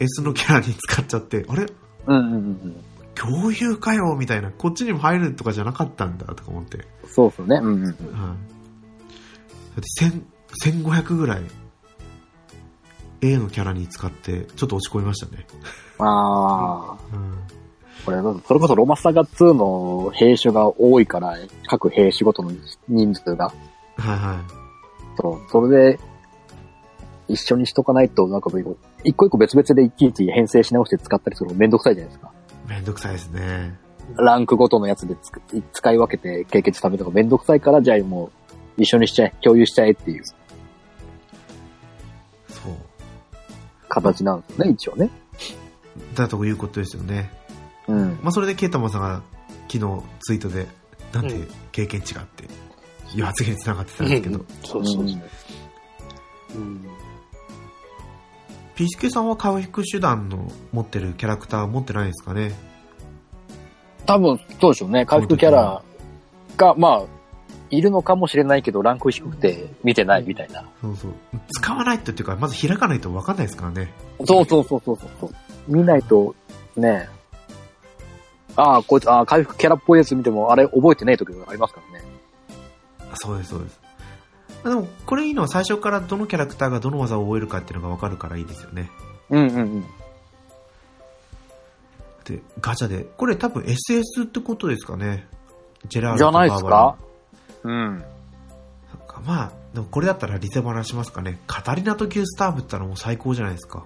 Speaker 4: S のキャラに使っちゃって、あれ
Speaker 3: うんうんうん
Speaker 4: 共有かよみたいな、こっちにも入るとかじゃなかったんだとか思って。はい、
Speaker 3: うん。そうですね。うんうんうん。
Speaker 4: だって1000 1500ぐらい A のキャラに使って、ちょっと落ち込みましたね。
Speaker 3: ああ、
Speaker 4: うん、
Speaker 3: これ、それこそロマサガ2の兵種が多いから、各兵種ごとの人数が。
Speaker 4: はいは
Speaker 3: そう、それで、一緒にしとかないと、なんか、一個一個別々でいちいち編成し直して使ったりするのめんどくさいじゃないですか。
Speaker 4: い。めんどくさいですね。
Speaker 3: ランクごとのやつでつく使い分けて経験値貯めるのがめんどくさいから、じゃあもう、一緒にしちゃえ、共有しちゃえっていう
Speaker 4: そう。
Speaker 3: 形なんですね、一応ね。
Speaker 4: だということですよね。
Speaker 3: うん。
Speaker 4: まあ、それでケイタマンさんが昨日ツイートで、なん
Speaker 5: う
Speaker 4: で
Speaker 5: ん
Speaker 4: 経験値があって、いう発言につながってたんですけど、
Speaker 5: そうそうそう。うん。
Speaker 4: ピースケさんは回復手段の持ってるキャラクターは持ってないですかね。
Speaker 3: 多分、そうでしょうね。回復キャラが、まあ、いるのかもしれないけど、ランク低くて見てないみたいな。
Speaker 4: そうそう。使わないとっていうか、まず開かないと分かんないですからね。
Speaker 3: そうそうそうそうそう。見ないと、ねああ、こいつ、ああ、回復キャラっぽいやつ見ても、あれ覚えてない時がありますからね。
Speaker 4: そうです、そうです。でも、これいいのは最初からどのキャラクターがどの技を覚えるかっていうのが分かるからいいですよね。
Speaker 3: うんうんうん。
Speaker 4: で、ガチャで。これ多分 SS ってことですかね。ジェラール
Speaker 3: じ
Speaker 4: と
Speaker 3: ゃ
Speaker 4: バ
Speaker 3: ないで
Speaker 4: ーバ
Speaker 3: す
Speaker 4: ラ
Speaker 3: かうん。
Speaker 4: そっかまあ、でもこれだったらリセマラしますかね。カタリナとキュースターブったらもう最高じゃないですか。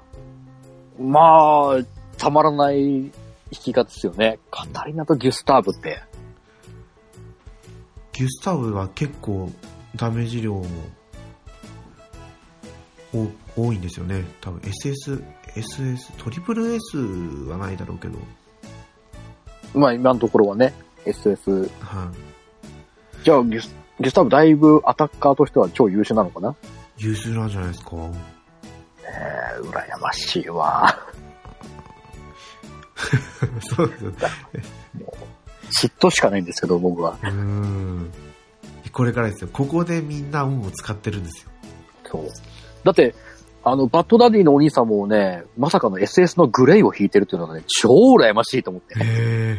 Speaker 3: まあ、たまらない引き方ですよね。カタリナとギュスターブって。
Speaker 4: ギュスタブは結構ダメージ量もお多いんですよね。多分 SS、SS、トリプル S はないだろうけど。
Speaker 3: まあ、今のところはね、SS。
Speaker 4: はい、
Speaker 3: じゃあ、ギュスギュスターブだいぶアタッカーとしては超優秀なのかな
Speaker 4: 優秀なんじゃないですか。
Speaker 3: えー、羨ましいわ。
Speaker 4: そうですよ。
Speaker 3: 嫉妬しかないんですけど、僕は。
Speaker 4: うーん。これからですよ。ここでみんな運を使ってるんですよ。
Speaker 3: そう。だって、あの、バッドダディのお兄さんもね、まさかの SS のグレイを弾いてるっていうのがね、超羨ましいと思って。
Speaker 4: へ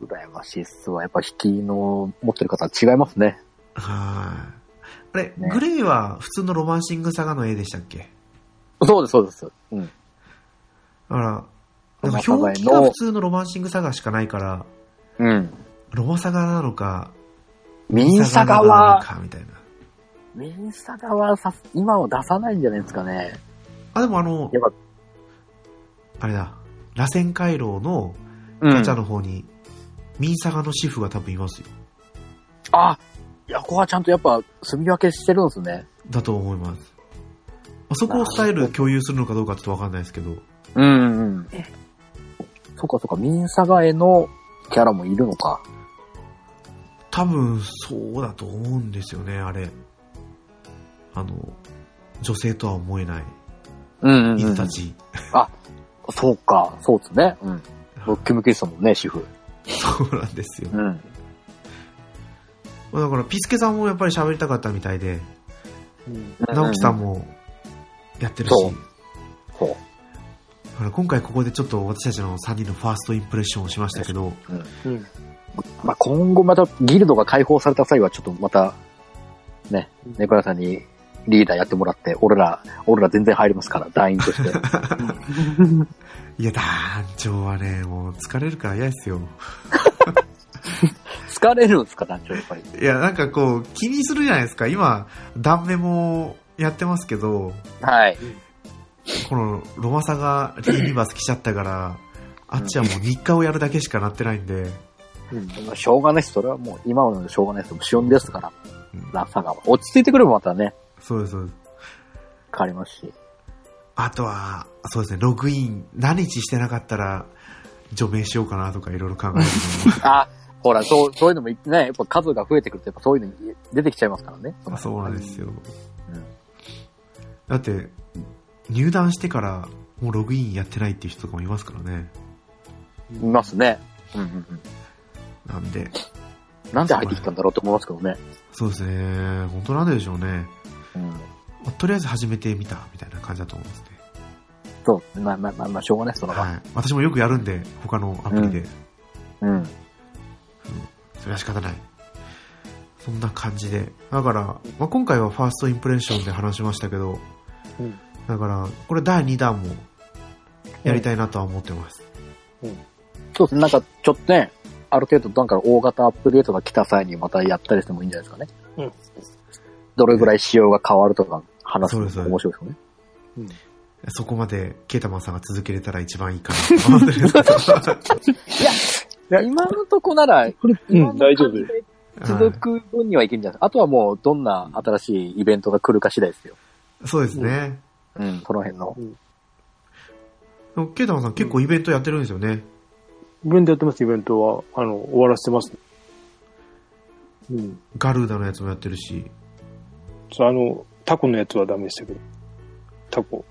Speaker 3: 羨ましいっすわ。やっぱ引きの持ってる方は違いますね。
Speaker 4: ー。はーい。あれ、
Speaker 3: ね
Speaker 4: グレイは普通のロマンシングサガの絵でしたっけ
Speaker 3: そうです、そうです。うん。
Speaker 4: だから、なんか
Speaker 3: ロマサガへの
Speaker 4: 表記が普通のロマンシングサガしかないから、
Speaker 3: うん。
Speaker 4: ロマサガなのか、
Speaker 3: ミンサガ
Speaker 4: なの
Speaker 3: は、
Speaker 4: か、みたいな。
Speaker 3: ミンサガはさす今は出さないんじゃないですかね。
Speaker 4: あ、でもあの
Speaker 3: やっ、
Speaker 4: あれだ、螺旋回廊の
Speaker 3: う
Speaker 4: ガチャの方に、ミンサガのシフが多分いますよ。
Speaker 3: あ、いや、ここはちゃんとやっぱ、住み分けしてるんですね。
Speaker 4: だと思います。あそこをスタイル共有するのかどうかちょっとわかんないですけど、
Speaker 3: うんうん。そっかそっか、ミンサガへのキャラもいるのか。
Speaker 4: 多分そうだと思うんですよね、あれ。あの、女性とは思えない
Speaker 3: うんうん、う
Speaker 4: 犬
Speaker 3: ん
Speaker 4: た。ち。
Speaker 3: そうか、そうですね。うん。ムッキムキですもんね、主婦。
Speaker 4: そうなんですよ。
Speaker 3: うん。
Speaker 4: まあだから、ピスケさんもやっぱり喋りたかったみたいで、
Speaker 5: うん
Speaker 4: 直樹さん
Speaker 3: も。
Speaker 4: もやってるし、
Speaker 3: そうそ
Speaker 4: だから今回ここでちょっと私たちの3人のファーストインプレッションをしましたけど、
Speaker 5: うん
Speaker 3: う。まあ、今後またギルドが解放された際は、ちょっとまた、ね、ネクラさんにリーダーやってもらって、俺ら、俺ら全然入りますから、団員と して。
Speaker 4: いや、団長はね、もう疲れるから嫌ですよ。
Speaker 3: 疲れるんですか、団長、やっぱり。
Speaker 4: いや、なんかこう、気にするじゃないですか。今、断メもやってますけど、
Speaker 3: はい。
Speaker 4: このロマサがリーリバース来ちゃったから、あっちはもう日課をやるだけしかなってないんで、
Speaker 3: まあしょうがないし、それはもう今のしょうがないです。旬ですから、
Speaker 4: うん
Speaker 3: ラサガは。落ち着いてくればまたね、
Speaker 4: そうです、そうです。
Speaker 3: 変わりますし。
Speaker 4: あとは、そうですね、ログイン、何日してなかったら、除名しようかなとかいろいろ考える
Speaker 3: あ、ほら、そう、そういうのもね、やっぱ数が増えてくると、やっぱそういうの出てきちゃいますからね。
Speaker 4: のもそうなんですよ。
Speaker 3: うん
Speaker 4: だって、入団してから、もうログインやってないっていう人とかもいますからね。
Speaker 3: いますね。うんうんうん。
Speaker 4: なんで、
Speaker 3: なんで入ってきたんだろうと思いますけどね。
Speaker 4: そうですね、本当なんででしょうね。
Speaker 3: うん。
Speaker 4: まあとりあえず始めてみたみたいな感じだと思うんですね。
Speaker 3: そう、まあまあまあ、まあ、しょうがないです、それは。
Speaker 4: はい。私もよくやるんで、他のアプリで。
Speaker 3: うん。
Speaker 4: それは仕方ない。そんな感じで。だから、まあ、今回はファーストインプレッションで話しましたけど、
Speaker 5: うん
Speaker 4: だから、これ第2弾もやりたいなとは思ってます。
Speaker 3: そうですね、なんかちょっとね、ある程度、なんか大型アップデートが来た際にまたやったりしてもいいんじゃないですかね。
Speaker 5: うん。
Speaker 3: どれぐらい仕様が変わるとか話す
Speaker 4: そう
Speaker 3: の
Speaker 4: ですそうです
Speaker 3: も面白いですよね。
Speaker 4: そこまで、ケータマンさんが続けれたら一番いいかなと思ってるんですけ ど。
Speaker 5: そうです
Speaker 3: 今のとこなら、
Speaker 5: うんうん、大丈夫。
Speaker 4: は
Speaker 3: 続く分にはいけんじゃないですか。あとはもう、どんな新しいイベントが来るか次第ですよ。
Speaker 4: いそうですね。
Speaker 3: うん、その辺の。
Speaker 4: でもケータマンさん結構イベントやってるんですよね。
Speaker 5: イベントやってます、イベントは。あの、終わらせてます。うん。
Speaker 4: ガルーダのやつもやってるし、
Speaker 5: そう、あの、タコのやつはダメでしたけど。タコ。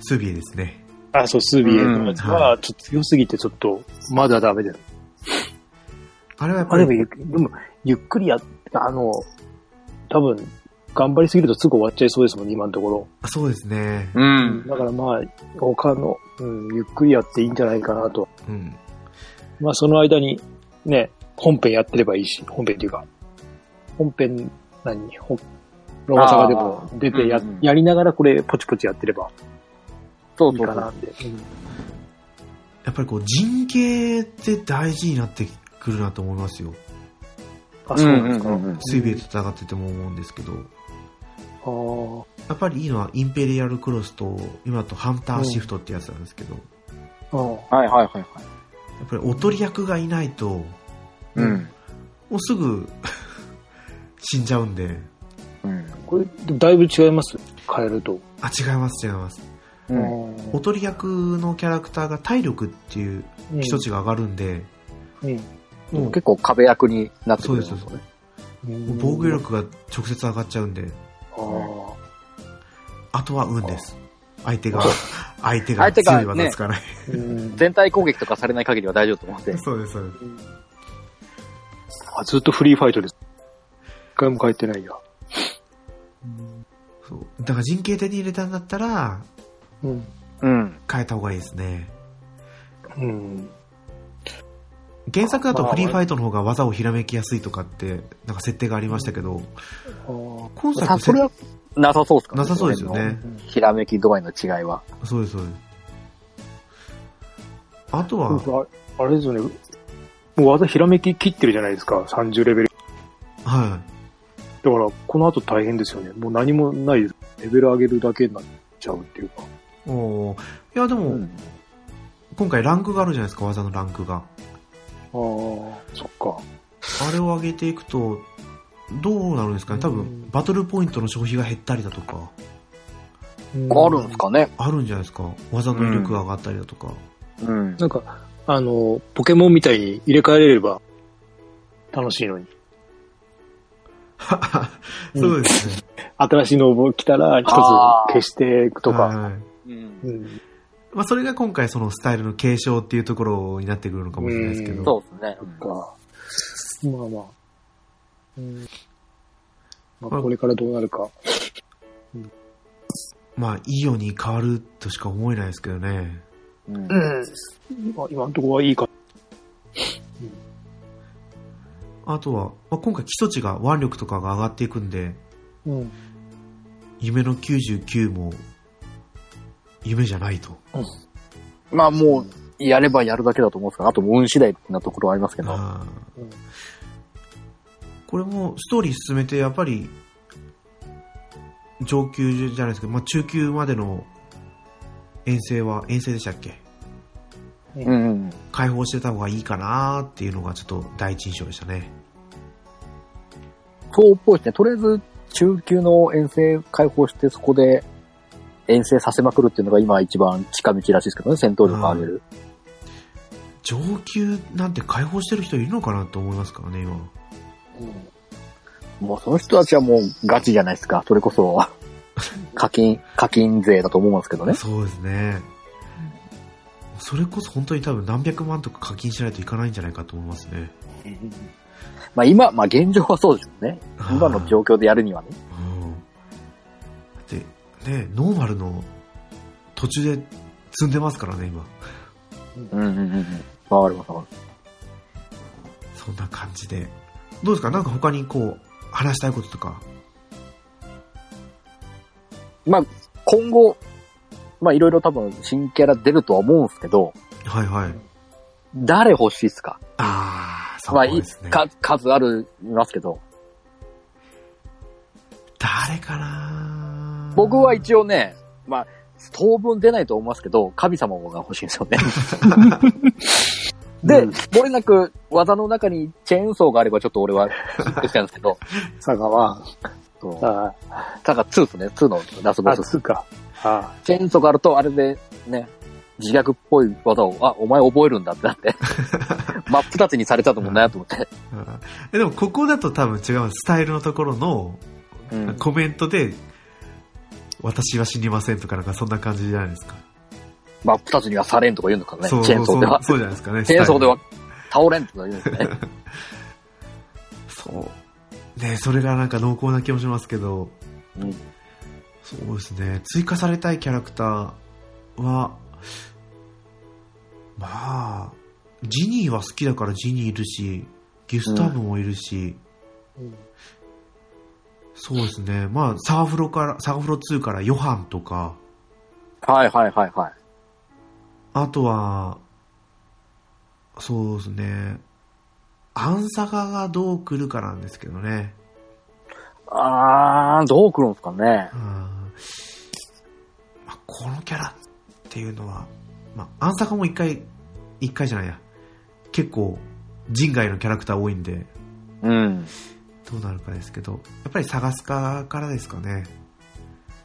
Speaker 4: スビエですね。
Speaker 5: あ、そう、スービエのやつ
Speaker 4: うんは
Speaker 5: は、ちょっと強すぎて、ちょっと、まだダメです。
Speaker 4: あれはやっ
Speaker 5: あ、
Speaker 4: ぱ
Speaker 5: で
Speaker 4: り
Speaker 5: も、、ゆっでも、ゆっくりやっ、あの、多分、頑張りすぎるとすぐ終わっちゃいそうですもんね、今のところ。
Speaker 4: そうですね。
Speaker 3: うん。
Speaker 5: だからまあ、他の、うん、ゆっくりやっていいんじゃないかなと。
Speaker 4: うん。
Speaker 5: まあ、その間に、ね、本編やってればいいし、本編っていうか、本編、何、ほロマサガでも出てや、
Speaker 3: うんうん
Speaker 5: やりながらこれ、ポチポチやってれば
Speaker 3: そう
Speaker 5: いい
Speaker 3: そうそ
Speaker 5: か
Speaker 3: う
Speaker 5: な。んで。
Speaker 4: やっぱりこう、人形って大事になってくるなと思いますよ。
Speaker 5: あ、そうなんですか。
Speaker 3: うんうんうん
Speaker 4: 水米と戦ってても思うんですけど、
Speaker 5: あ
Speaker 4: やっぱりいいのはインペリアルクロスと、今だとハンターシフトってやつなんですけど、
Speaker 5: あ、ああ
Speaker 3: はいはいはいはい。
Speaker 4: やっぱりおとり役がいないと、も
Speaker 3: うん。
Speaker 4: うすぐ 死んじゃうんで、
Speaker 3: うん。
Speaker 5: これ、でもだいぶ違います。変えると。
Speaker 4: あ、違います違います。
Speaker 3: うん。
Speaker 4: おとり役のキャラクターが体力っていう
Speaker 5: うん
Speaker 4: 基礎値が上がるんで、
Speaker 5: うん
Speaker 4: もう
Speaker 3: 結構壁役になってくるん
Speaker 4: そう
Speaker 3: ね。
Speaker 5: うん
Speaker 4: 防御。力が直接上がっちゃうんで、
Speaker 5: ああ。
Speaker 4: あとは運です。相手が、 相手が強い技つかない。
Speaker 5: うん
Speaker 3: 全体攻撃とかされない限りは大丈夫と思って。
Speaker 4: そうです、そうです。
Speaker 5: あずっとフリーファイトです。一回も変えてないや。
Speaker 4: そう。だから人形手に入れたんだったら、
Speaker 5: うん。
Speaker 3: うん。
Speaker 4: 変えた方がいいですね。
Speaker 5: うん。
Speaker 4: 原作だとフリーファイトの方が技をひらめきやすいとかって、なんか設定がありましたけど、
Speaker 5: あー
Speaker 4: 今
Speaker 3: さ
Speaker 4: 作
Speaker 3: それはなさそうですか
Speaker 4: なさそうですよね。
Speaker 5: うん
Speaker 3: ひらめき度合いの違いは。
Speaker 4: そうです、そうです。あとは、
Speaker 5: ああれですよね。もう技ひらめき切ってるじゃないですか。30レベル。
Speaker 4: は
Speaker 5: だから、この後大変ですよね。もう何もないです。レベル上げるだけになっちゃうっていうか。
Speaker 4: い。おーいや、でも、
Speaker 3: うん
Speaker 4: 今回ランクがあるじゃないですか、技のランクが。
Speaker 5: ああ、そっか。
Speaker 4: あれを上げていくと、どうなるんですかね多
Speaker 5: う
Speaker 4: 分
Speaker 5: ん、
Speaker 4: バトルポイントの消費が減ったりだとか、
Speaker 3: あるんですかね。
Speaker 4: あるんじゃないですか技の威力が上がったりだとか。
Speaker 3: うん。
Speaker 5: なんか、あの、ポケモンみたいに入れ替えれれば楽しいのに。うん
Speaker 4: そうですね。
Speaker 5: 新しいのを来たら一つ
Speaker 3: あー
Speaker 5: 消していくとか。
Speaker 4: はい
Speaker 3: うん
Speaker 5: うん
Speaker 4: まあ、それが今回そのスタイルの継承っていうところになってくるのかもしれないですけ
Speaker 5: うん
Speaker 4: ど。
Speaker 3: そうですね。
Speaker 5: か。まあまあ。うんまあ、これからどうなるか。
Speaker 4: まあ、いいように変わるとしか思えないですけどね。
Speaker 3: うん
Speaker 5: 今今のところはいいか。
Speaker 4: あとは、まあ、今回基礎値が腕力とかが上がっていくんで、
Speaker 5: うん。
Speaker 4: 夢の99も、夢じゃないと。
Speaker 3: まあもう、やればやるだけだと思うんですから、あと運次第なところはありますけど。
Speaker 4: ああ
Speaker 5: うん
Speaker 4: これもストーリー進めて、やっぱり、上級じゃないですけど、まあ、中級までの遠征は、遠征でしたっけ
Speaker 3: うんうん。
Speaker 4: 解放してた方がいいかなーっていうのがちょっと第一印象でしたね。
Speaker 3: そうっぽいですね。とりあえず、中級の遠征解放して、そこで遠征させまくるっていうのが今一番近道らしいですけどね、戦闘力を上げる。
Speaker 4: 上級なんて解放してる人いるのかなと思いますからね、今。
Speaker 3: もうその人たちはもうガチじゃないですか。それこ そ、課金、課金税だと思うんですけどね。
Speaker 4: そうですね。それこそ本当に多分何百万とか課金しないといかないんじゃないかと思いますね。
Speaker 3: まあ今、まあ現状はそうですよね。今の状
Speaker 4: 況。
Speaker 3: 況でやるにはね。
Speaker 4: うんだって、ね、ノーマルの途中で積んでますからね、今。
Speaker 3: うんうんうんうん。わかりますわかりま
Speaker 4: そんな感じで。どうですかなんか他にこう、話したいこととか。
Speaker 3: す。今後、まあいろいろ多分新キャラ出るとは思うんですけど、
Speaker 4: はいはい。
Speaker 3: 誰欲しいっすか
Speaker 4: ああ、そ
Speaker 3: まあ
Speaker 4: う
Speaker 3: いい
Speaker 4: ですね。
Speaker 3: か数ある、いますけど。
Speaker 4: 誰かな
Speaker 3: 僕は一応ね、まあ、当分出ないと思いますけど、神様が欲しいんですよね。で、
Speaker 5: うん
Speaker 3: 漏れなく技の中にチェーンソーがあればちょっと俺はヒットしたんですけど、
Speaker 5: 佐賀は、
Speaker 3: そう
Speaker 5: あ
Speaker 3: ただ2ですね、2のラス
Speaker 5: あ、
Speaker 3: ボ
Speaker 5: あ、
Speaker 3: ス。
Speaker 5: つうか。あ
Speaker 3: チェーンソーがあると、あれでね、自虐っぽい技を、あ、お前覚えるんだってな って、真っ二つにされたと思うなと思って。
Speaker 4: うんえでもここだと多分違うスタイルのところの
Speaker 3: うん、
Speaker 4: コメントで、私は死にませんとかなんかそんな感じじゃないですか。
Speaker 3: 真っ二つにはされんとか言うのかね、
Speaker 4: そう
Speaker 3: チェ
Speaker 4: そ
Speaker 3: ー
Speaker 4: う
Speaker 3: ンソー
Speaker 4: そう
Speaker 3: では。
Speaker 4: そうじゃないですかね。
Speaker 3: チェーンソーでは
Speaker 4: ス
Speaker 3: 倒れんとか言うんですね。
Speaker 4: タイル。そう。ねそれがなんか濃厚な気もしますけど、
Speaker 3: うん
Speaker 4: そうですね。追加されたいキャラクターは、まあ、ジニーは好きだからジニーいるし、ギュスタブもいるし、
Speaker 5: あ。うん
Speaker 4: そうですね。まあ、サーフロから、サーフロ2からヨハンとか、
Speaker 3: はいはいはいはい。
Speaker 4: あとは、そうですね。アンサガがどう来るかなんですけどね。
Speaker 3: あー、どう来るんですかね。
Speaker 4: うんまあ、このキャラっていうのは、まあ、アンサガも一回、一回じゃないや。結構、人外のキャラクター多いんで、
Speaker 3: うん。
Speaker 4: どうなるかですけど、やっぱりサガスカからですかね。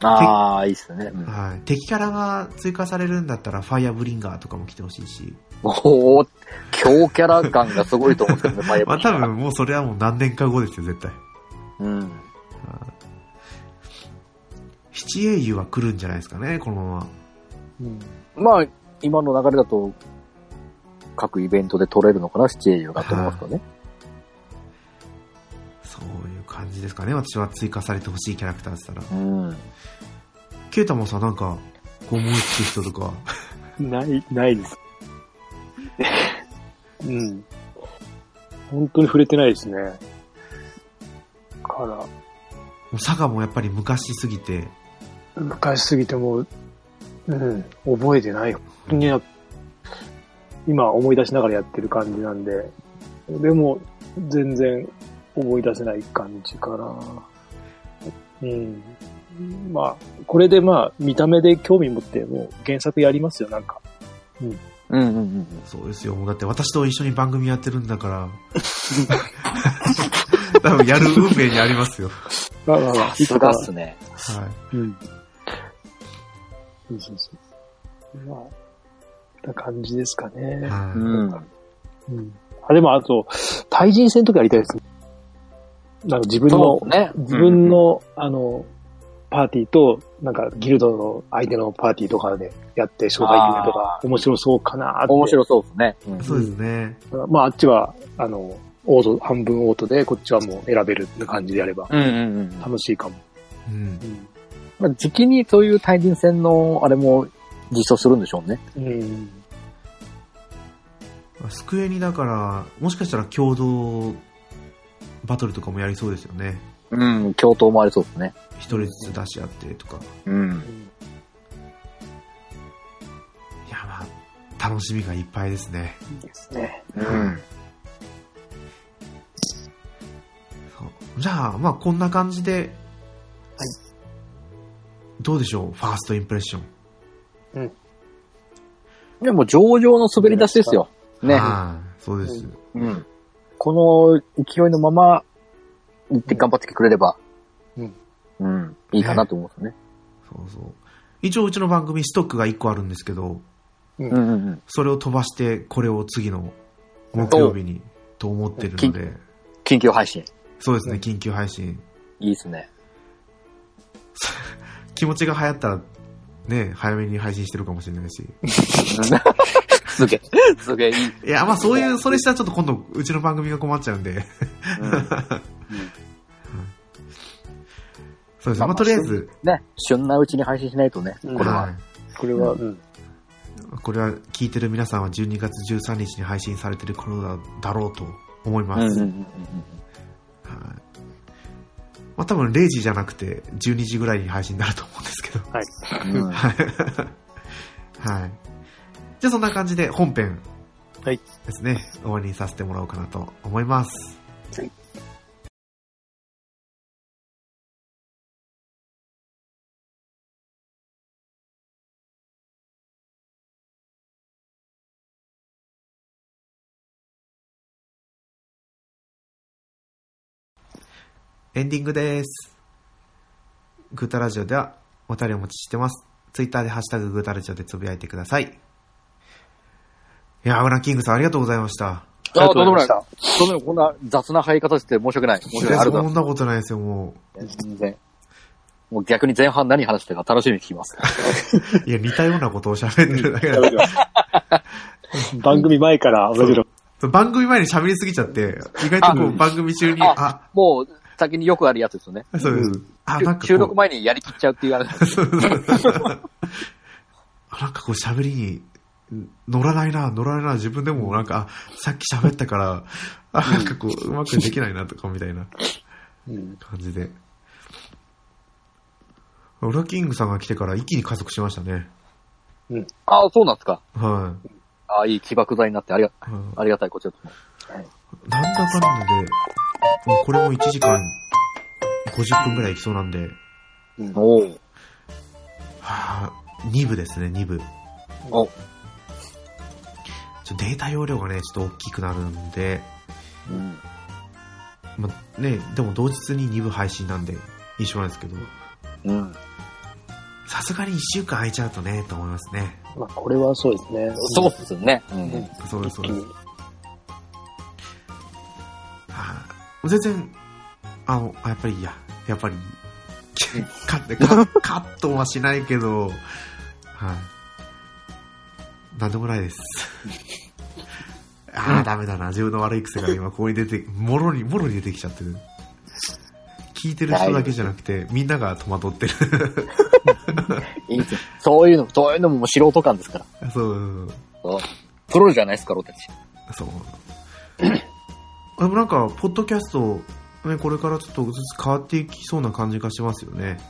Speaker 3: ああ、いいっすね。うん
Speaker 4: はい。敵キャラが追加されるんだったら、ファイアブリンガーとかも来てほしいし。
Speaker 3: おお、強キャラ感がすごいと思うんですけどね、ファイア
Speaker 4: ま
Speaker 3: ボ
Speaker 4: あ
Speaker 3: ー
Speaker 4: 多
Speaker 3: ル
Speaker 4: 分もうそれはもう何年か後ですよ、絶対。
Speaker 3: うん。
Speaker 4: 七英雄は来るんじゃないですかね、このまま。
Speaker 5: うん。
Speaker 3: まあ、今の流れだと、各イベントで取れるのかな、シチュエーションがと思いますよね。
Speaker 4: そういう感じですかね。私は追加されてほしいキャラクターって言ったら。
Speaker 3: うん。
Speaker 4: ケイタもさ、なんか、ご思いつく人とか。
Speaker 5: ない、ないです。 うん。本当に触れてないですね。か
Speaker 4: もう佐賀もやっぱり昔すぎて、
Speaker 5: ら、昔すぎてもう、うん、覚えてない。本当にな今思い出しながらやってる感じなんで、でも、全然思い出せない感じかな。うん。まあ、これでまあ、見た目で興味持って、もう原作やりますよ、なんか。
Speaker 3: うんうんうん。
Speaker 4: そうですよ。もうだって私と一緒に番組やってるんだから、 多分やる運命にありますよ。
Speaker 5: まあまあまあ
Speaker 3: さすがっすね。
Speaker 4: はい。
Speaker 5: うん。そうそうそう。まあ、こんな感じですかね。
Speaker 4: はい
Speaker 3: うん。
Speaker 5: うん。あ、でもあと、対人戦とかやりたいですね。なんか自分の
Speaker 3: そう、ね。
Speaker 5: 自分の、あの、パーティーと、なんかギルドの相手のパーティーとかでやって紹介決めとか、面白そうかなーって。
Speaker 3: 面白そうですね。うん
Speaker 4: そうですね。
Speaker 5: まああっちは、あの、オート、半分オートで、こっちはもう選べるって感じでやれば、
Speaker 3: うんうんうん。
Speaker 5: 楽しいかも。
Speaker 4: うん。
Speaker 3: まあ、時期にそういう対人戦のあれも実装するんでしょうね。
Speaker 5: うん。うん。
Speaker 4: スクエニだから、もしかしたら共同バトルとかもやりそうですよね。
Speaker 3: うん、共闘もありそうですね。
Speaker 4: 一人ずつ出し合ってとか。
Speaker 3: うん。
Speaker 4: いや、まあ、楽しみがいっぱいですね。
Speaker 5: いいですね。
Speaker 3: うん。
Speaker 4: そうじゃあ、まあ、こんな感じで、はい。どうでしょうファーストインプレッション。
Speaker 3: でも上々の滑り出しですよ。ね。
Speaker 4: はいそうです。
Speaker 3: うん。この勢いのまま、行って頑張ってくれれば。
Speaker 5: うん。
Speaker 3: うん。いいかなと思うんですよね。
Speaker 4: そうそう。一応、うちの番組ストックが1個あるんですけど、
Speaker 5: う
Speaker 3: うんうんうん。
Speaker 4: それを飛ばして、これを次の木曜日にと思ってるので、
Speaker 3: 緊急配信。
Speaker 4: そうですね、緊急配信。
Speaker 3: いいですね。
Speaker 4: 気持ちが流行ったら、ね、早めに配信してるかもしれないし。
Speaker 3: すげえ、すげえいい。
Speaker 4: いや、まあそういう、それしたらちょっと今度、うちの番組が困っちゃうんで。そうですね。まあとりあえず、
Speaker 3: ね、旬なうちに配信しないとね、
Speaker 5: うん
Speaker 3: これは。
Speaker 4: はい
Speaker 5: これは、うん。
Speaker 4: これは聞いてる皆さんは12月13日に配信されてる頃だだろうと思いま
Speaker 3: うんうん
Speaker 4: す。
Speaker 3: う
Speaker 4: はい。
Speaker 3: ん
Speaker 4: まあ多分0時じゃなくて12時ぐらいに配信になると思うんですけど。
Speaker 5: はい。
Speaker 3: うんうん。
Speaker 4: はい。じゃあそんな感じで本編
Speaker 5: はい
Speaker 4: ですね、終わりにさせてもらおうかなと思います。
Speaker 5: はい
Speaker 4: エンディングです。グータラジオではお便りお待ちしてます。ツイッターでハッシュタググータラジオでつぶやいてください。いやー、ウランキングさんありがとうございました。
Speaker 5: ありがとうございました
Speaker 3: あとんでもない。こんな雑な入り方して申し訳ない。申し訳ない。ありがとう
Speaker 4: そ
Speaker 3: ご
Speaker 4: んなことないですよ、も
Speaker 3: ざいます。全然。もう逆に前半何話してたか楽しみに聞きます。
Speaker 4: う。いや、似たようなことを喋ってるだけだ。
Speaker 5: 番組前から同じの。
Speaker 4: 番組前に喋りすぎちゃって、意外とこう番組中に、あ、
Speaker 3: もう先によくあるやつですよね。
Speaker 4: そうです。あ、なんかこう
Speaker 3: 収録前にやりきっちゃうっていうあれ。
Speaker 4: なんかこう喋りに乗らないな、乗らないな、自分でもなんか、あさっき喋ったから、あ、なんかこう、うまくできないなとかみたいな
Speaker 5: うん。
Speaker 4: 感じで。ウラキングさんが来てから一気に加速しましたね。
Speaker 3: ああ、そうなんですか。
Speaker 4: は
Speaker 3: ああ、いい起爆剤になってありが、
Speaker 4: い。うん
Speaker 3: ありがたい、こちらこそ
Speaker 4: なんだかんだで、もうこれも1時間50分くらいいきそうなんで、
Speaker 3: おお。
Speaker 4: はあ、2部ですね、2部。
Speaker 3: お
Speaker 4: ちょデータ容量がね、ちょっと大きくなるんで、
Speaker 3: うん。
Speaker 4: まあね、でも同日に2部配信なんで、一緒なんですけど、
Speaker 3: うん。
Speaker 4: さすがに1週間空いちゃうとね、と思いますね。
Speaker 5: まあ、これはそうですね。
Speaker 3: そうっすね。う
Speaker 5: うん
Speaker 3: ん。
Speaker 4: そうです、そ
Speaker 5: 一
Speaker 4: う
Speaker 5: 気
Speaker 4: です。
Speaker 5: に
Speaker 4: は。あ、全然、あの、あやっぱりいいや、やっぱり、カッ、カッ、カットはしないけど、はい、なんでもないです。ああ、ダメだな。自分の悪い癖が今、ここに出て、もろに、もろに出てきちゃってる。聞いてる人だけじゃなくて、みんなが戸惑ってる。
Speaker 3: いいですよ。そういうの、そういうのももう素人感ですから。
Speaker 4: そう。
Speaker 3: そうプロじゃないですから、俺たち。
Speaker 4: そう。 でもなんか、ポッドキャスト、ね、これからちょっとずつ変わっていきそうな感じがしますよね。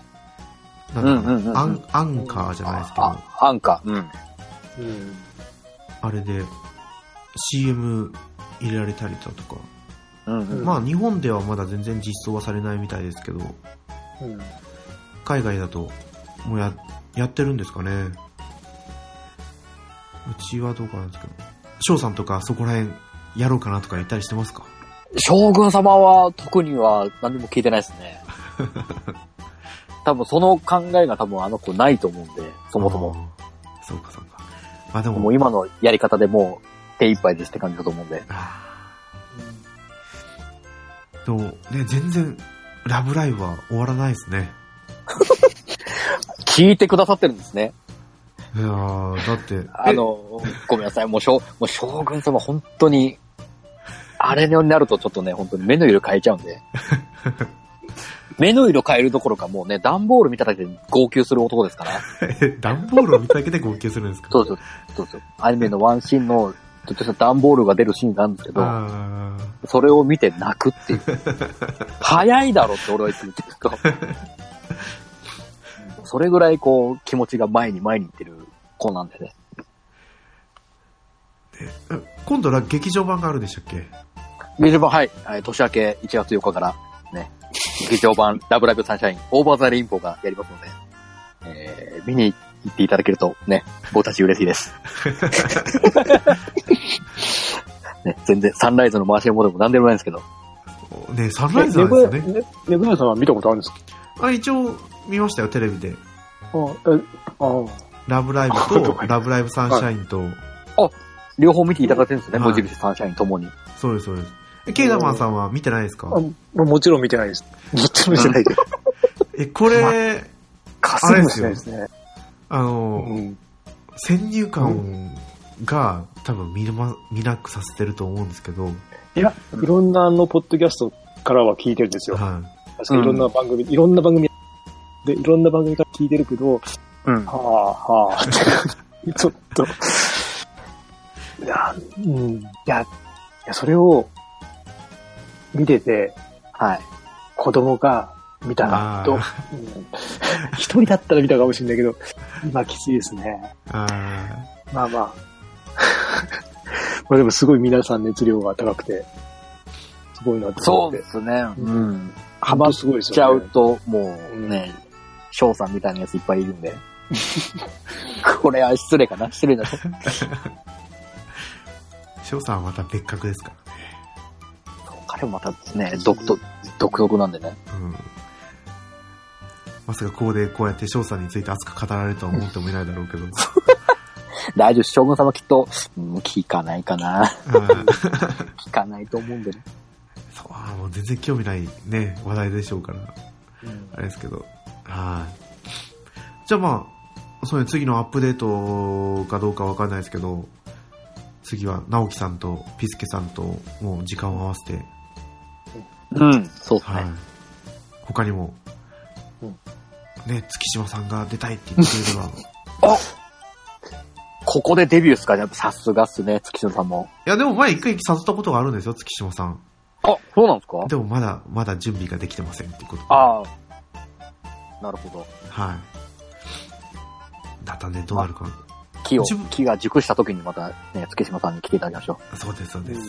Speaker 4: なんか、
Speaker 3: うんうんうんうん
Speaker 4: アンアンカーじゃないですけど、あ
Speaker 3: あ、アンカー。うん。
Speaker 5: うん。
Speaker 4: れで CM 入れられたりだとか、
Speaker 3: うんうん。
Speaker 4: まあ日本ではまだ全然実装はされないみたいですけど、
Speaker 5: うん。
Speaker 4: 海外だともうややってるんですかね。うちはどうかなんですけど、翔さんとかそこら辺やろうかなとか言ったりしてますか
Speaker 3: 将軍様は特には何も聞いてないですね。多分その考えが多分あの子ないと思うんで、そもそも。
Speaker 4: あーそうかそうか。まあでも、
Speaker 3: もう今のやり方でもう手一杯ですって感じだと思うんで。
Speaker 4: あーでもね、全然、ラブライブは終わらないですね。
Speaker 3: 聞いてくださってるんですね。
Speaker 4: いやーだって、
Speaker 3: あの、ごめんなさい、もう将もう将軍様本当に、あれになるとちょっとね、本当に目の色変えちゃうんで。目の色変えるどころかもうね、段ボール見ただけで号泣する男ですから。
Speaker 4: え段ボールを見ただけで号泣するんですか
Speaker 3: そうですよ、そうですよ。アニメのワンシーンの、ちょっとした段ボールが出るシーンがあるんですけど、
Speaker 4: あー
Speaker 3: それを見て泣くっていう。早いだろって俺はいつも言ってるけど。それぐらいこう気持ちが前に前に行ってる子なんでね。
Speaker 4: え今度ら劇場版があるんでしたっけ
Speaker 3: 劇場版はい、えー年明け1月4日からね、劇場版ラブライブサンシャインオーバーザレインボーがやりますので、えー見に行っていただけるとね、僕たち嬉しいです。ね、全然サンライズの回し物でも何でもないんですけど、
Speaker 4: おねサンラ
Speaker 5: え、
Speaker 4: イズな
Speaker 5: ね
Speaker 4: んで
Speaker 5: ぶ
Speaker 4: す
Speaker 5: や、
Speaker 4: よね。
Speaker 5: ねねぶやさんは見たことあるんですか
Speaker 4: あ、一応見ましたよ、テレビで。
Speaker 5: あ、え、あ
Speaker 4: ラブライブ
Speaker 5: あそう
Speaker 4: と
Speaker 5: か、
Speaker 4: ラブライブサンシャインと、
Speaker 3: 両方見ていただけるんですね、
Speaker 4: はい
Speaker 3: 無印サンシャインともに。
Speaker 4: そうです、そうです。えケイダマンさんは見てないですか
Speaker 5: あ、もちろん見てないです。もちろん見てないです。
Speaker 4: え、これ、
Speaker 5: かりもしないですね。
Speaker 4: あ
Speaker 5: う
Speaker 4: の、
Speaker 5: ん。
Speaker 4: 先入観が多分見るま見なくさせてると思うんですけど、はい
Speaker 5: や、いろんなあの、ポッドキャストからは聞いてるんですよ。
Speaker 4: い。
Speaker 5: 確かにいろんな番組、いろんな番組で、いろんな番組から聞いてるけど、
Speaker 3: うん
Speaker 5: は。あ、はあ、って、ちょっと、いや、うん、いや、いやそれを見てて、
Speaker 3: はい。
Speaker 5: 子供が見たな、と
Speaker 4: あ。
Speaker 5: うん一人だったら見たかもしれないけど、今きついですね。
Speaker 4: あ
Speaker 5: まあ まあ。まあでもすごい皆さん熱量が高くて、すごいなって
Speaker 3: そ
Speaker 5: 思っ
Speaker 3: う
Speaker 5: て。
Speaker 3: ですね。
Speaker 5: う
Speaker 3: うん。ハ
Speaker 5: ハ
Speaker 3: マ
Speaker 5: マ
Speaker 3: っ
Speaker 5: すごいです
Speaker 3: ちゃ
Speaker 5: よ
Speaker 3: う
Speaker 5: ね。
Speaker 3: と、もうね、翔さんみたいなやついっぱいいるんで。 これは失礼かな失礼だと。
Speaker 4: ー翔さんはまた別格ですからね。
Speaker 3: 彼もまたね、独特、独特なんでね。
Speaker 4: うん。まさかここでこうやって翔さんについて熱く語られるとは思ってもいないだろうけど。
Speaker 3: 大丈夫です。将軍様きっと、うん、聞かないかな。
Speaker 4: あー
Speaker 3: 聞かないと思うんでね。
Speaker 4: そう、あーもう全然興味ないね、話題でしょうから、あれですけど。はい。じゃあまあ、そうね、次のアップデートかどうかわかんないですけど、次は直樹さんとピスケさんともう時間を合わせて、
Speaker 3: うん。そうです
Speaker 4: はい
Speaker 3: ね。。
Speaker 4: 他にも、
Speaker 5: うん
Speaker 4: ね、月島さんが出たいって言ってくれれば、 い
Speaker 3: ここでデビューっすかねやっぱさすがっすね、月島さんも。
Speaker 4: やでも前一回誘ったことがあるんですよ、月島さん。
Speaker 3: あ、そうなんですか
Speaker 4: でもまだ、まだ準備ができてませんっていうこと。
Speaker 3: ああ。なるほど。
Speaker 4: はい。だったんでどうなるか。
Speaker 3: 木を
Speaker 4: 自分、
Speaker 3: 木が熟した時にまたね、月島さんに来ていただきましょ
Speaker 4: そうです、そうです。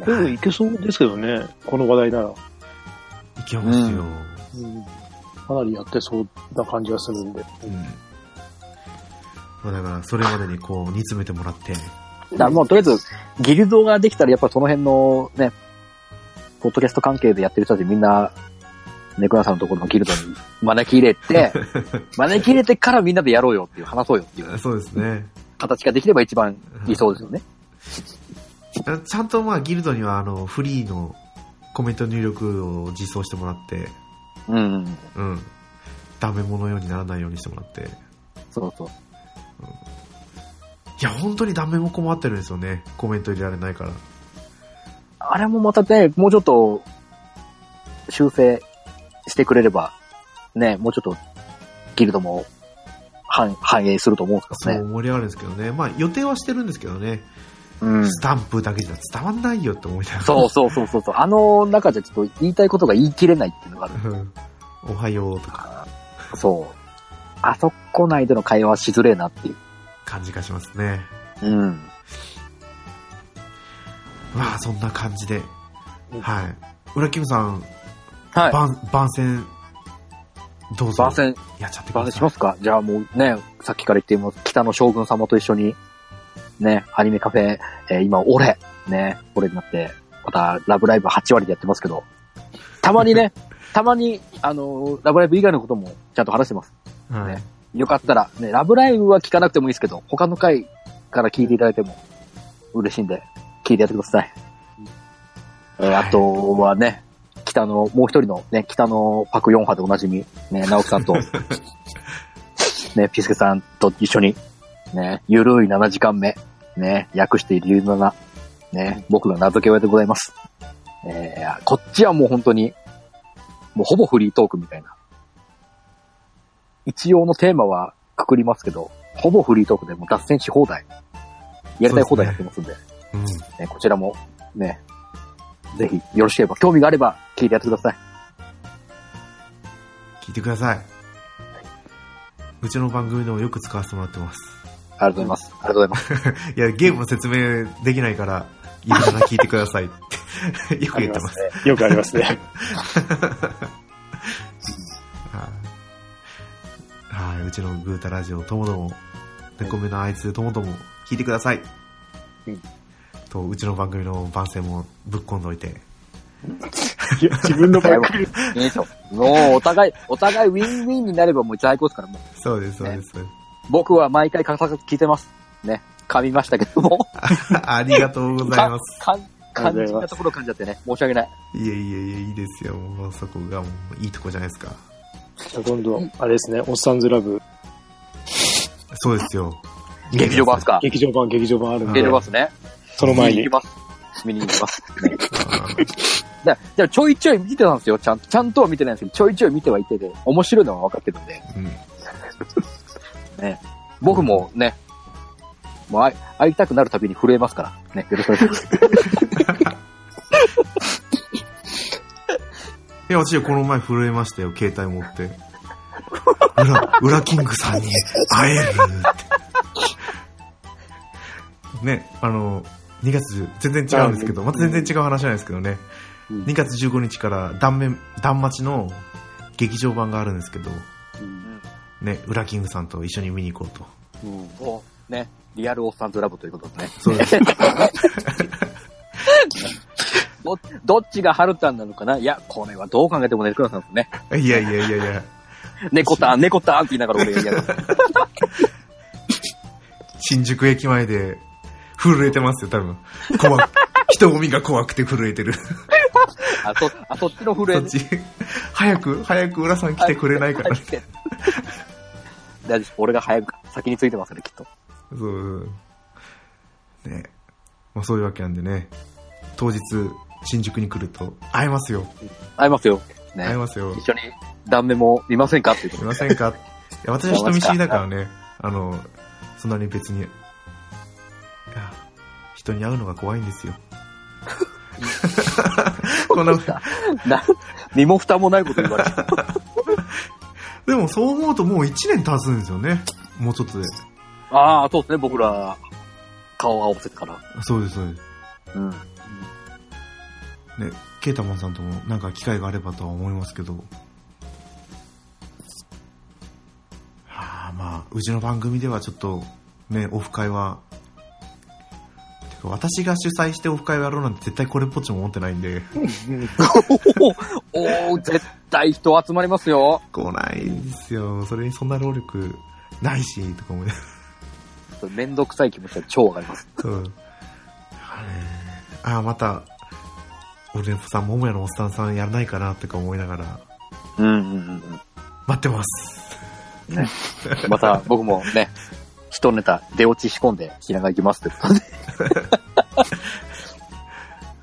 Speaker 3: う。
Speaker 5: でもいけそうですけどね、この話題なら。
Speaker 4: いけますよ。
Speaker 5: かなりやってそうな感じがするんで。
Speaker 4: うん。まあだから、それまでに こう、煮詰めてもらって。
Speaker 3: だからもうとりあえず、ギルドができたらやっぱりその辺のね、ポッドキャスト関係でやってる人たちみんな、ネクナさんのところのギルドに招き入れて、 招き入れてからみんなでやろうよっていう、話そうよっていう
Speaker 4: そうですね。
Speaker 3: 形ができれば一番理想ですよね。
Speaker 4: ちゃんとまあ、ギルドには、あの、フリーのコメント入力を実装してもらって、
Speaker 3: うん。
Speaker 4: うん。ダメ者のようにならないようにしてもらって。
Speaker 3: そうそう。
Speaker 4: や、本当にダメも困ってるんですよね。コメント入れられないから。
Speaker 3: あれもまたね、もうちょっと、修正してくれれば、ね、もうちょっと、ギルドも反、反映すると思うんですけ
Speaker 4: そ
Speaker 3: ど
Speaker 4: う
Speaker 3: ね。
Speaker 4: 盛り上がるんですけどね。まあ予定はしてるんですけどね。
Speaker 3: うん。
Speaker 4: スタンプだけじゃ伝わんないよって思いながら。
Speaker 3: そうそうそうそうそう。あの中じゃちょっと言いたいことが言い切れないっていうのがある。
Speaker 4: うん。おはようとか
Speaker 3: そう。あそこ内での会話はしづれえなっていう。
Speaker 4: 感じがしますね。
Speaker 3: うん。
Speaker 4: まあそんな感じで。はい。裏キムさん、
Speaker 3: はい。
Speaker 4: 番、番宣、どうぞ。
Speaker 3: 番宣、
Speaker 4: やっちゃってく
Speaker 3: 番宣
Speaker 4: だ
Speaker 3: し
Speaker 4: さ
Speaker 3: ま
Speaker 4: い。
Speaker 3: すかじゃあもうね、さっきから言っています、北の将軍様と一緒に、ね、アニメカフェ、えー今、俺、ね、俺になって、また、ラブライブ8割でやってますけど、たま にね、たまに、あのー、ラブライブ以外のこともちゃんと話してます。
Speaker 4: はい
Speaker 3: ね。よかったら、ね、ラブライブは聞かなくてもいいですけど、他の回から聞いていただいても嬉しいんで、聞いてやってください。えーあとはね、北の、もう一人のね、北のパク4波でおなじみ、ね、直樹さんと、ね、ピスケさんと一緒に、ね、ゆるい7時間目、ね、訳しているゆる7、ね、僕の名付け親でございます。えーこっちはもう本当に、もうほぼフリートークみたいな。一応のテーマはくくりますけど、ほぼフリートークでもう脱線し放題。やりたい放題やってますんで、ね
Speaker 4: うん。
Speaker 3: こちらもね、ぜひよろしければ、興味があれば聞いてやってください。
Speaker 4: 聞いてください。うちの番組でもよく使わせてもらってます。
Speaker 3: ありがとうございます。ありがとうございます。
Speaker 4: いや、ゲームの説明できないから、いろいろな聞いてくださいって よく言ってます。
Speaker 5: ね。よくあります ね。
Speaker 4: はい、はい、うちのグータラジオともども、猫目のあいつともども聞いてください。
Speaker 5: うん
Speaker 4: と、うちの番組の番宣もぶっ込んどいて。
Speaker 5: いや自分のばっかり。
Speaker 3: いいでしょ。もう、お互い、お互いウィンウィンになればもう最高ですから、もう。
Speaker 4: そうです、そうです。
Speaker 3: 僕は毎回欠かさず聞いてます。ね。噛みましたけども。
Speaker 4: ありがとうございます。
Speaker 3: かん
Speaker 5: ありがとうございます
Speaker 3: 肝心なところ噛んじゃってね。申し訳ない。
Speaker 4: いえいえいえ、いいですよ。もうそこがもういいとこじゃないですか。
Speaker 5: じゃあ今度、あれですね、おっさんずラブ、
Speaker 4: そうですよ。
Speaker 3: 劇場版っすか
Speaker 5: 劇場版、劇場版あるん
Speaker 4: 劇
Speaker 3: 出
Speaker 4: 場
Speaker 5: で
Speaker 3: れ
Speaker 4: 版
Speaker 3: ま、すね。
Speaker 5: その前
Speaker 3: 見に
Speaker 5: に
Speaker 3: 行き。ます。見に行きます。 ね
Speaker 4: あー
Speaker 3: だだからちょいちょい見てたんですよ。ちゃんちゃんとは見てないんですけど、ちょいちょい見てはいてて、面白いのは分かってるんで、
Speaker 4: うん
Speaker 3: 僕もね、もう会い会いたくなるたびに震えますから、ね、よろしくお願いします。
Speaker 4: いや、私、この前震えましたよ、携帯持って。 裏、裏キングさんに会えるって。ね、あの、2月、全然違うんですけど、また全然違う話なんですけどね。
Speaker 5: うん
Speaker 4: 2月15日から断面、断待ちの劇場版があるんですけど、ね、裏キングさんと一緒に見に行こうと。
Speaker 5: うん
Speaker 3: もうね、リアルオッサンズラブということですね。
Speaker 4: そうです。
Speaker 3: どどっちがハルタンなのかないや、これはどう考えてもね、クラさんですね。
Speaker 4: いやいやいやいや、
Speaker 3: 猫ターン、猫ターンって言いながら俺が嫌だ。
Speaker 4: 新宿駅前で震えてますよ、多分。怖く、人混みが怖くて震えてる。
Speaker 3: あ、そ、あ、そっちの震
Speaker 4: そ
Speaker 3: え
Speaker 4: っち。 早く、早く浦さん来てく れないか
Speaker 3: は
Speaker 4: ら
Speaker 3: い。来て大丈夫です俺が早く、先についてますね、きっと。
Speaker 4: そう。ね。まあそういうわけなんでね。当日、新宿に来ると、会えますよ。
Speaker 3: 会えますよ。ね
Speaker 4: 会え。ますよ。
Speaker 3: 一緒に断面も見ませんかっていうこ
Speaker 4: い
Speaker 3: とで。
Speaker 4: ませんかいや私は人見知りだからね。あの、そんなに別に、いや人に会うのが怖いんですよ。 こんな、
Speaker 3: な身も蓋もないこと言われ た。
Speaker 4: でもそう思うともう1年経つんですよね。もうちょっとで。
Speaker 3: ああ、そうですね、僕ら、顔を合わせてから。
Speaker 4: そうです、そうです。
Speaker 3: うん。
Speaker 4: ね、ケータマンさんともなんか機会があればとは思いますけど。はあ、まあ、うちの番組ではちょっと、ね、オフ会は、てか私が主催してオフ会をやろうなんて絶対これっぽっちも思ってないんで、
Speaker 3: おお絶対人集まりますよ。
Speaker 4: 来ないんですよ。それにそんな労力ないし、とか思いながら
Speaker 3: めんどくさい気持ちは超わかります。
Speaker 4: そう。あれあ、また、俺のさん、桃屋のおっさんさんやらないかな、とか思いながら、
Speaker 3: うんうんうん。
Speaker 4: 待ってます。
Speaker 3: また、僕もね、一ネタ出落ち仕込んで、ひらがいきますってことで。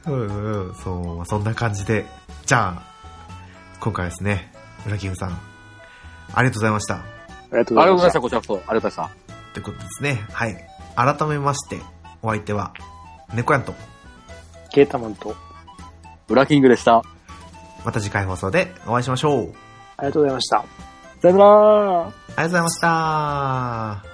Speaker 4: うんうん、そう、そんな感じで。じゃあ、今回はですね、裏キングさん、ありがとうございました。
Speaker 5: ありがとう
Speaker 3: あ
Speaker 5: ご
Speaker 3: りが
Speaker 5: ざ
Speaker 3: と
Speaker 5: いう
Speaker 3: ござい
Speaker 5: ま
Speaker 3: ました、。こちら
Speaker 5: した
Speaker 3: こそ。ありがとうございまし
Speaker 4: ということですね、はい。改めまして、お相手は、猫やんと、
Speaker 5: ケータマンと、
Speaker 3: た。ブラキングでした。
Speaker 4: また次回放送でお会いしましょう。
Speaker 5: ありがとうございました。
Speaker 3: さよなら
Speaker 4: ありがとうございました。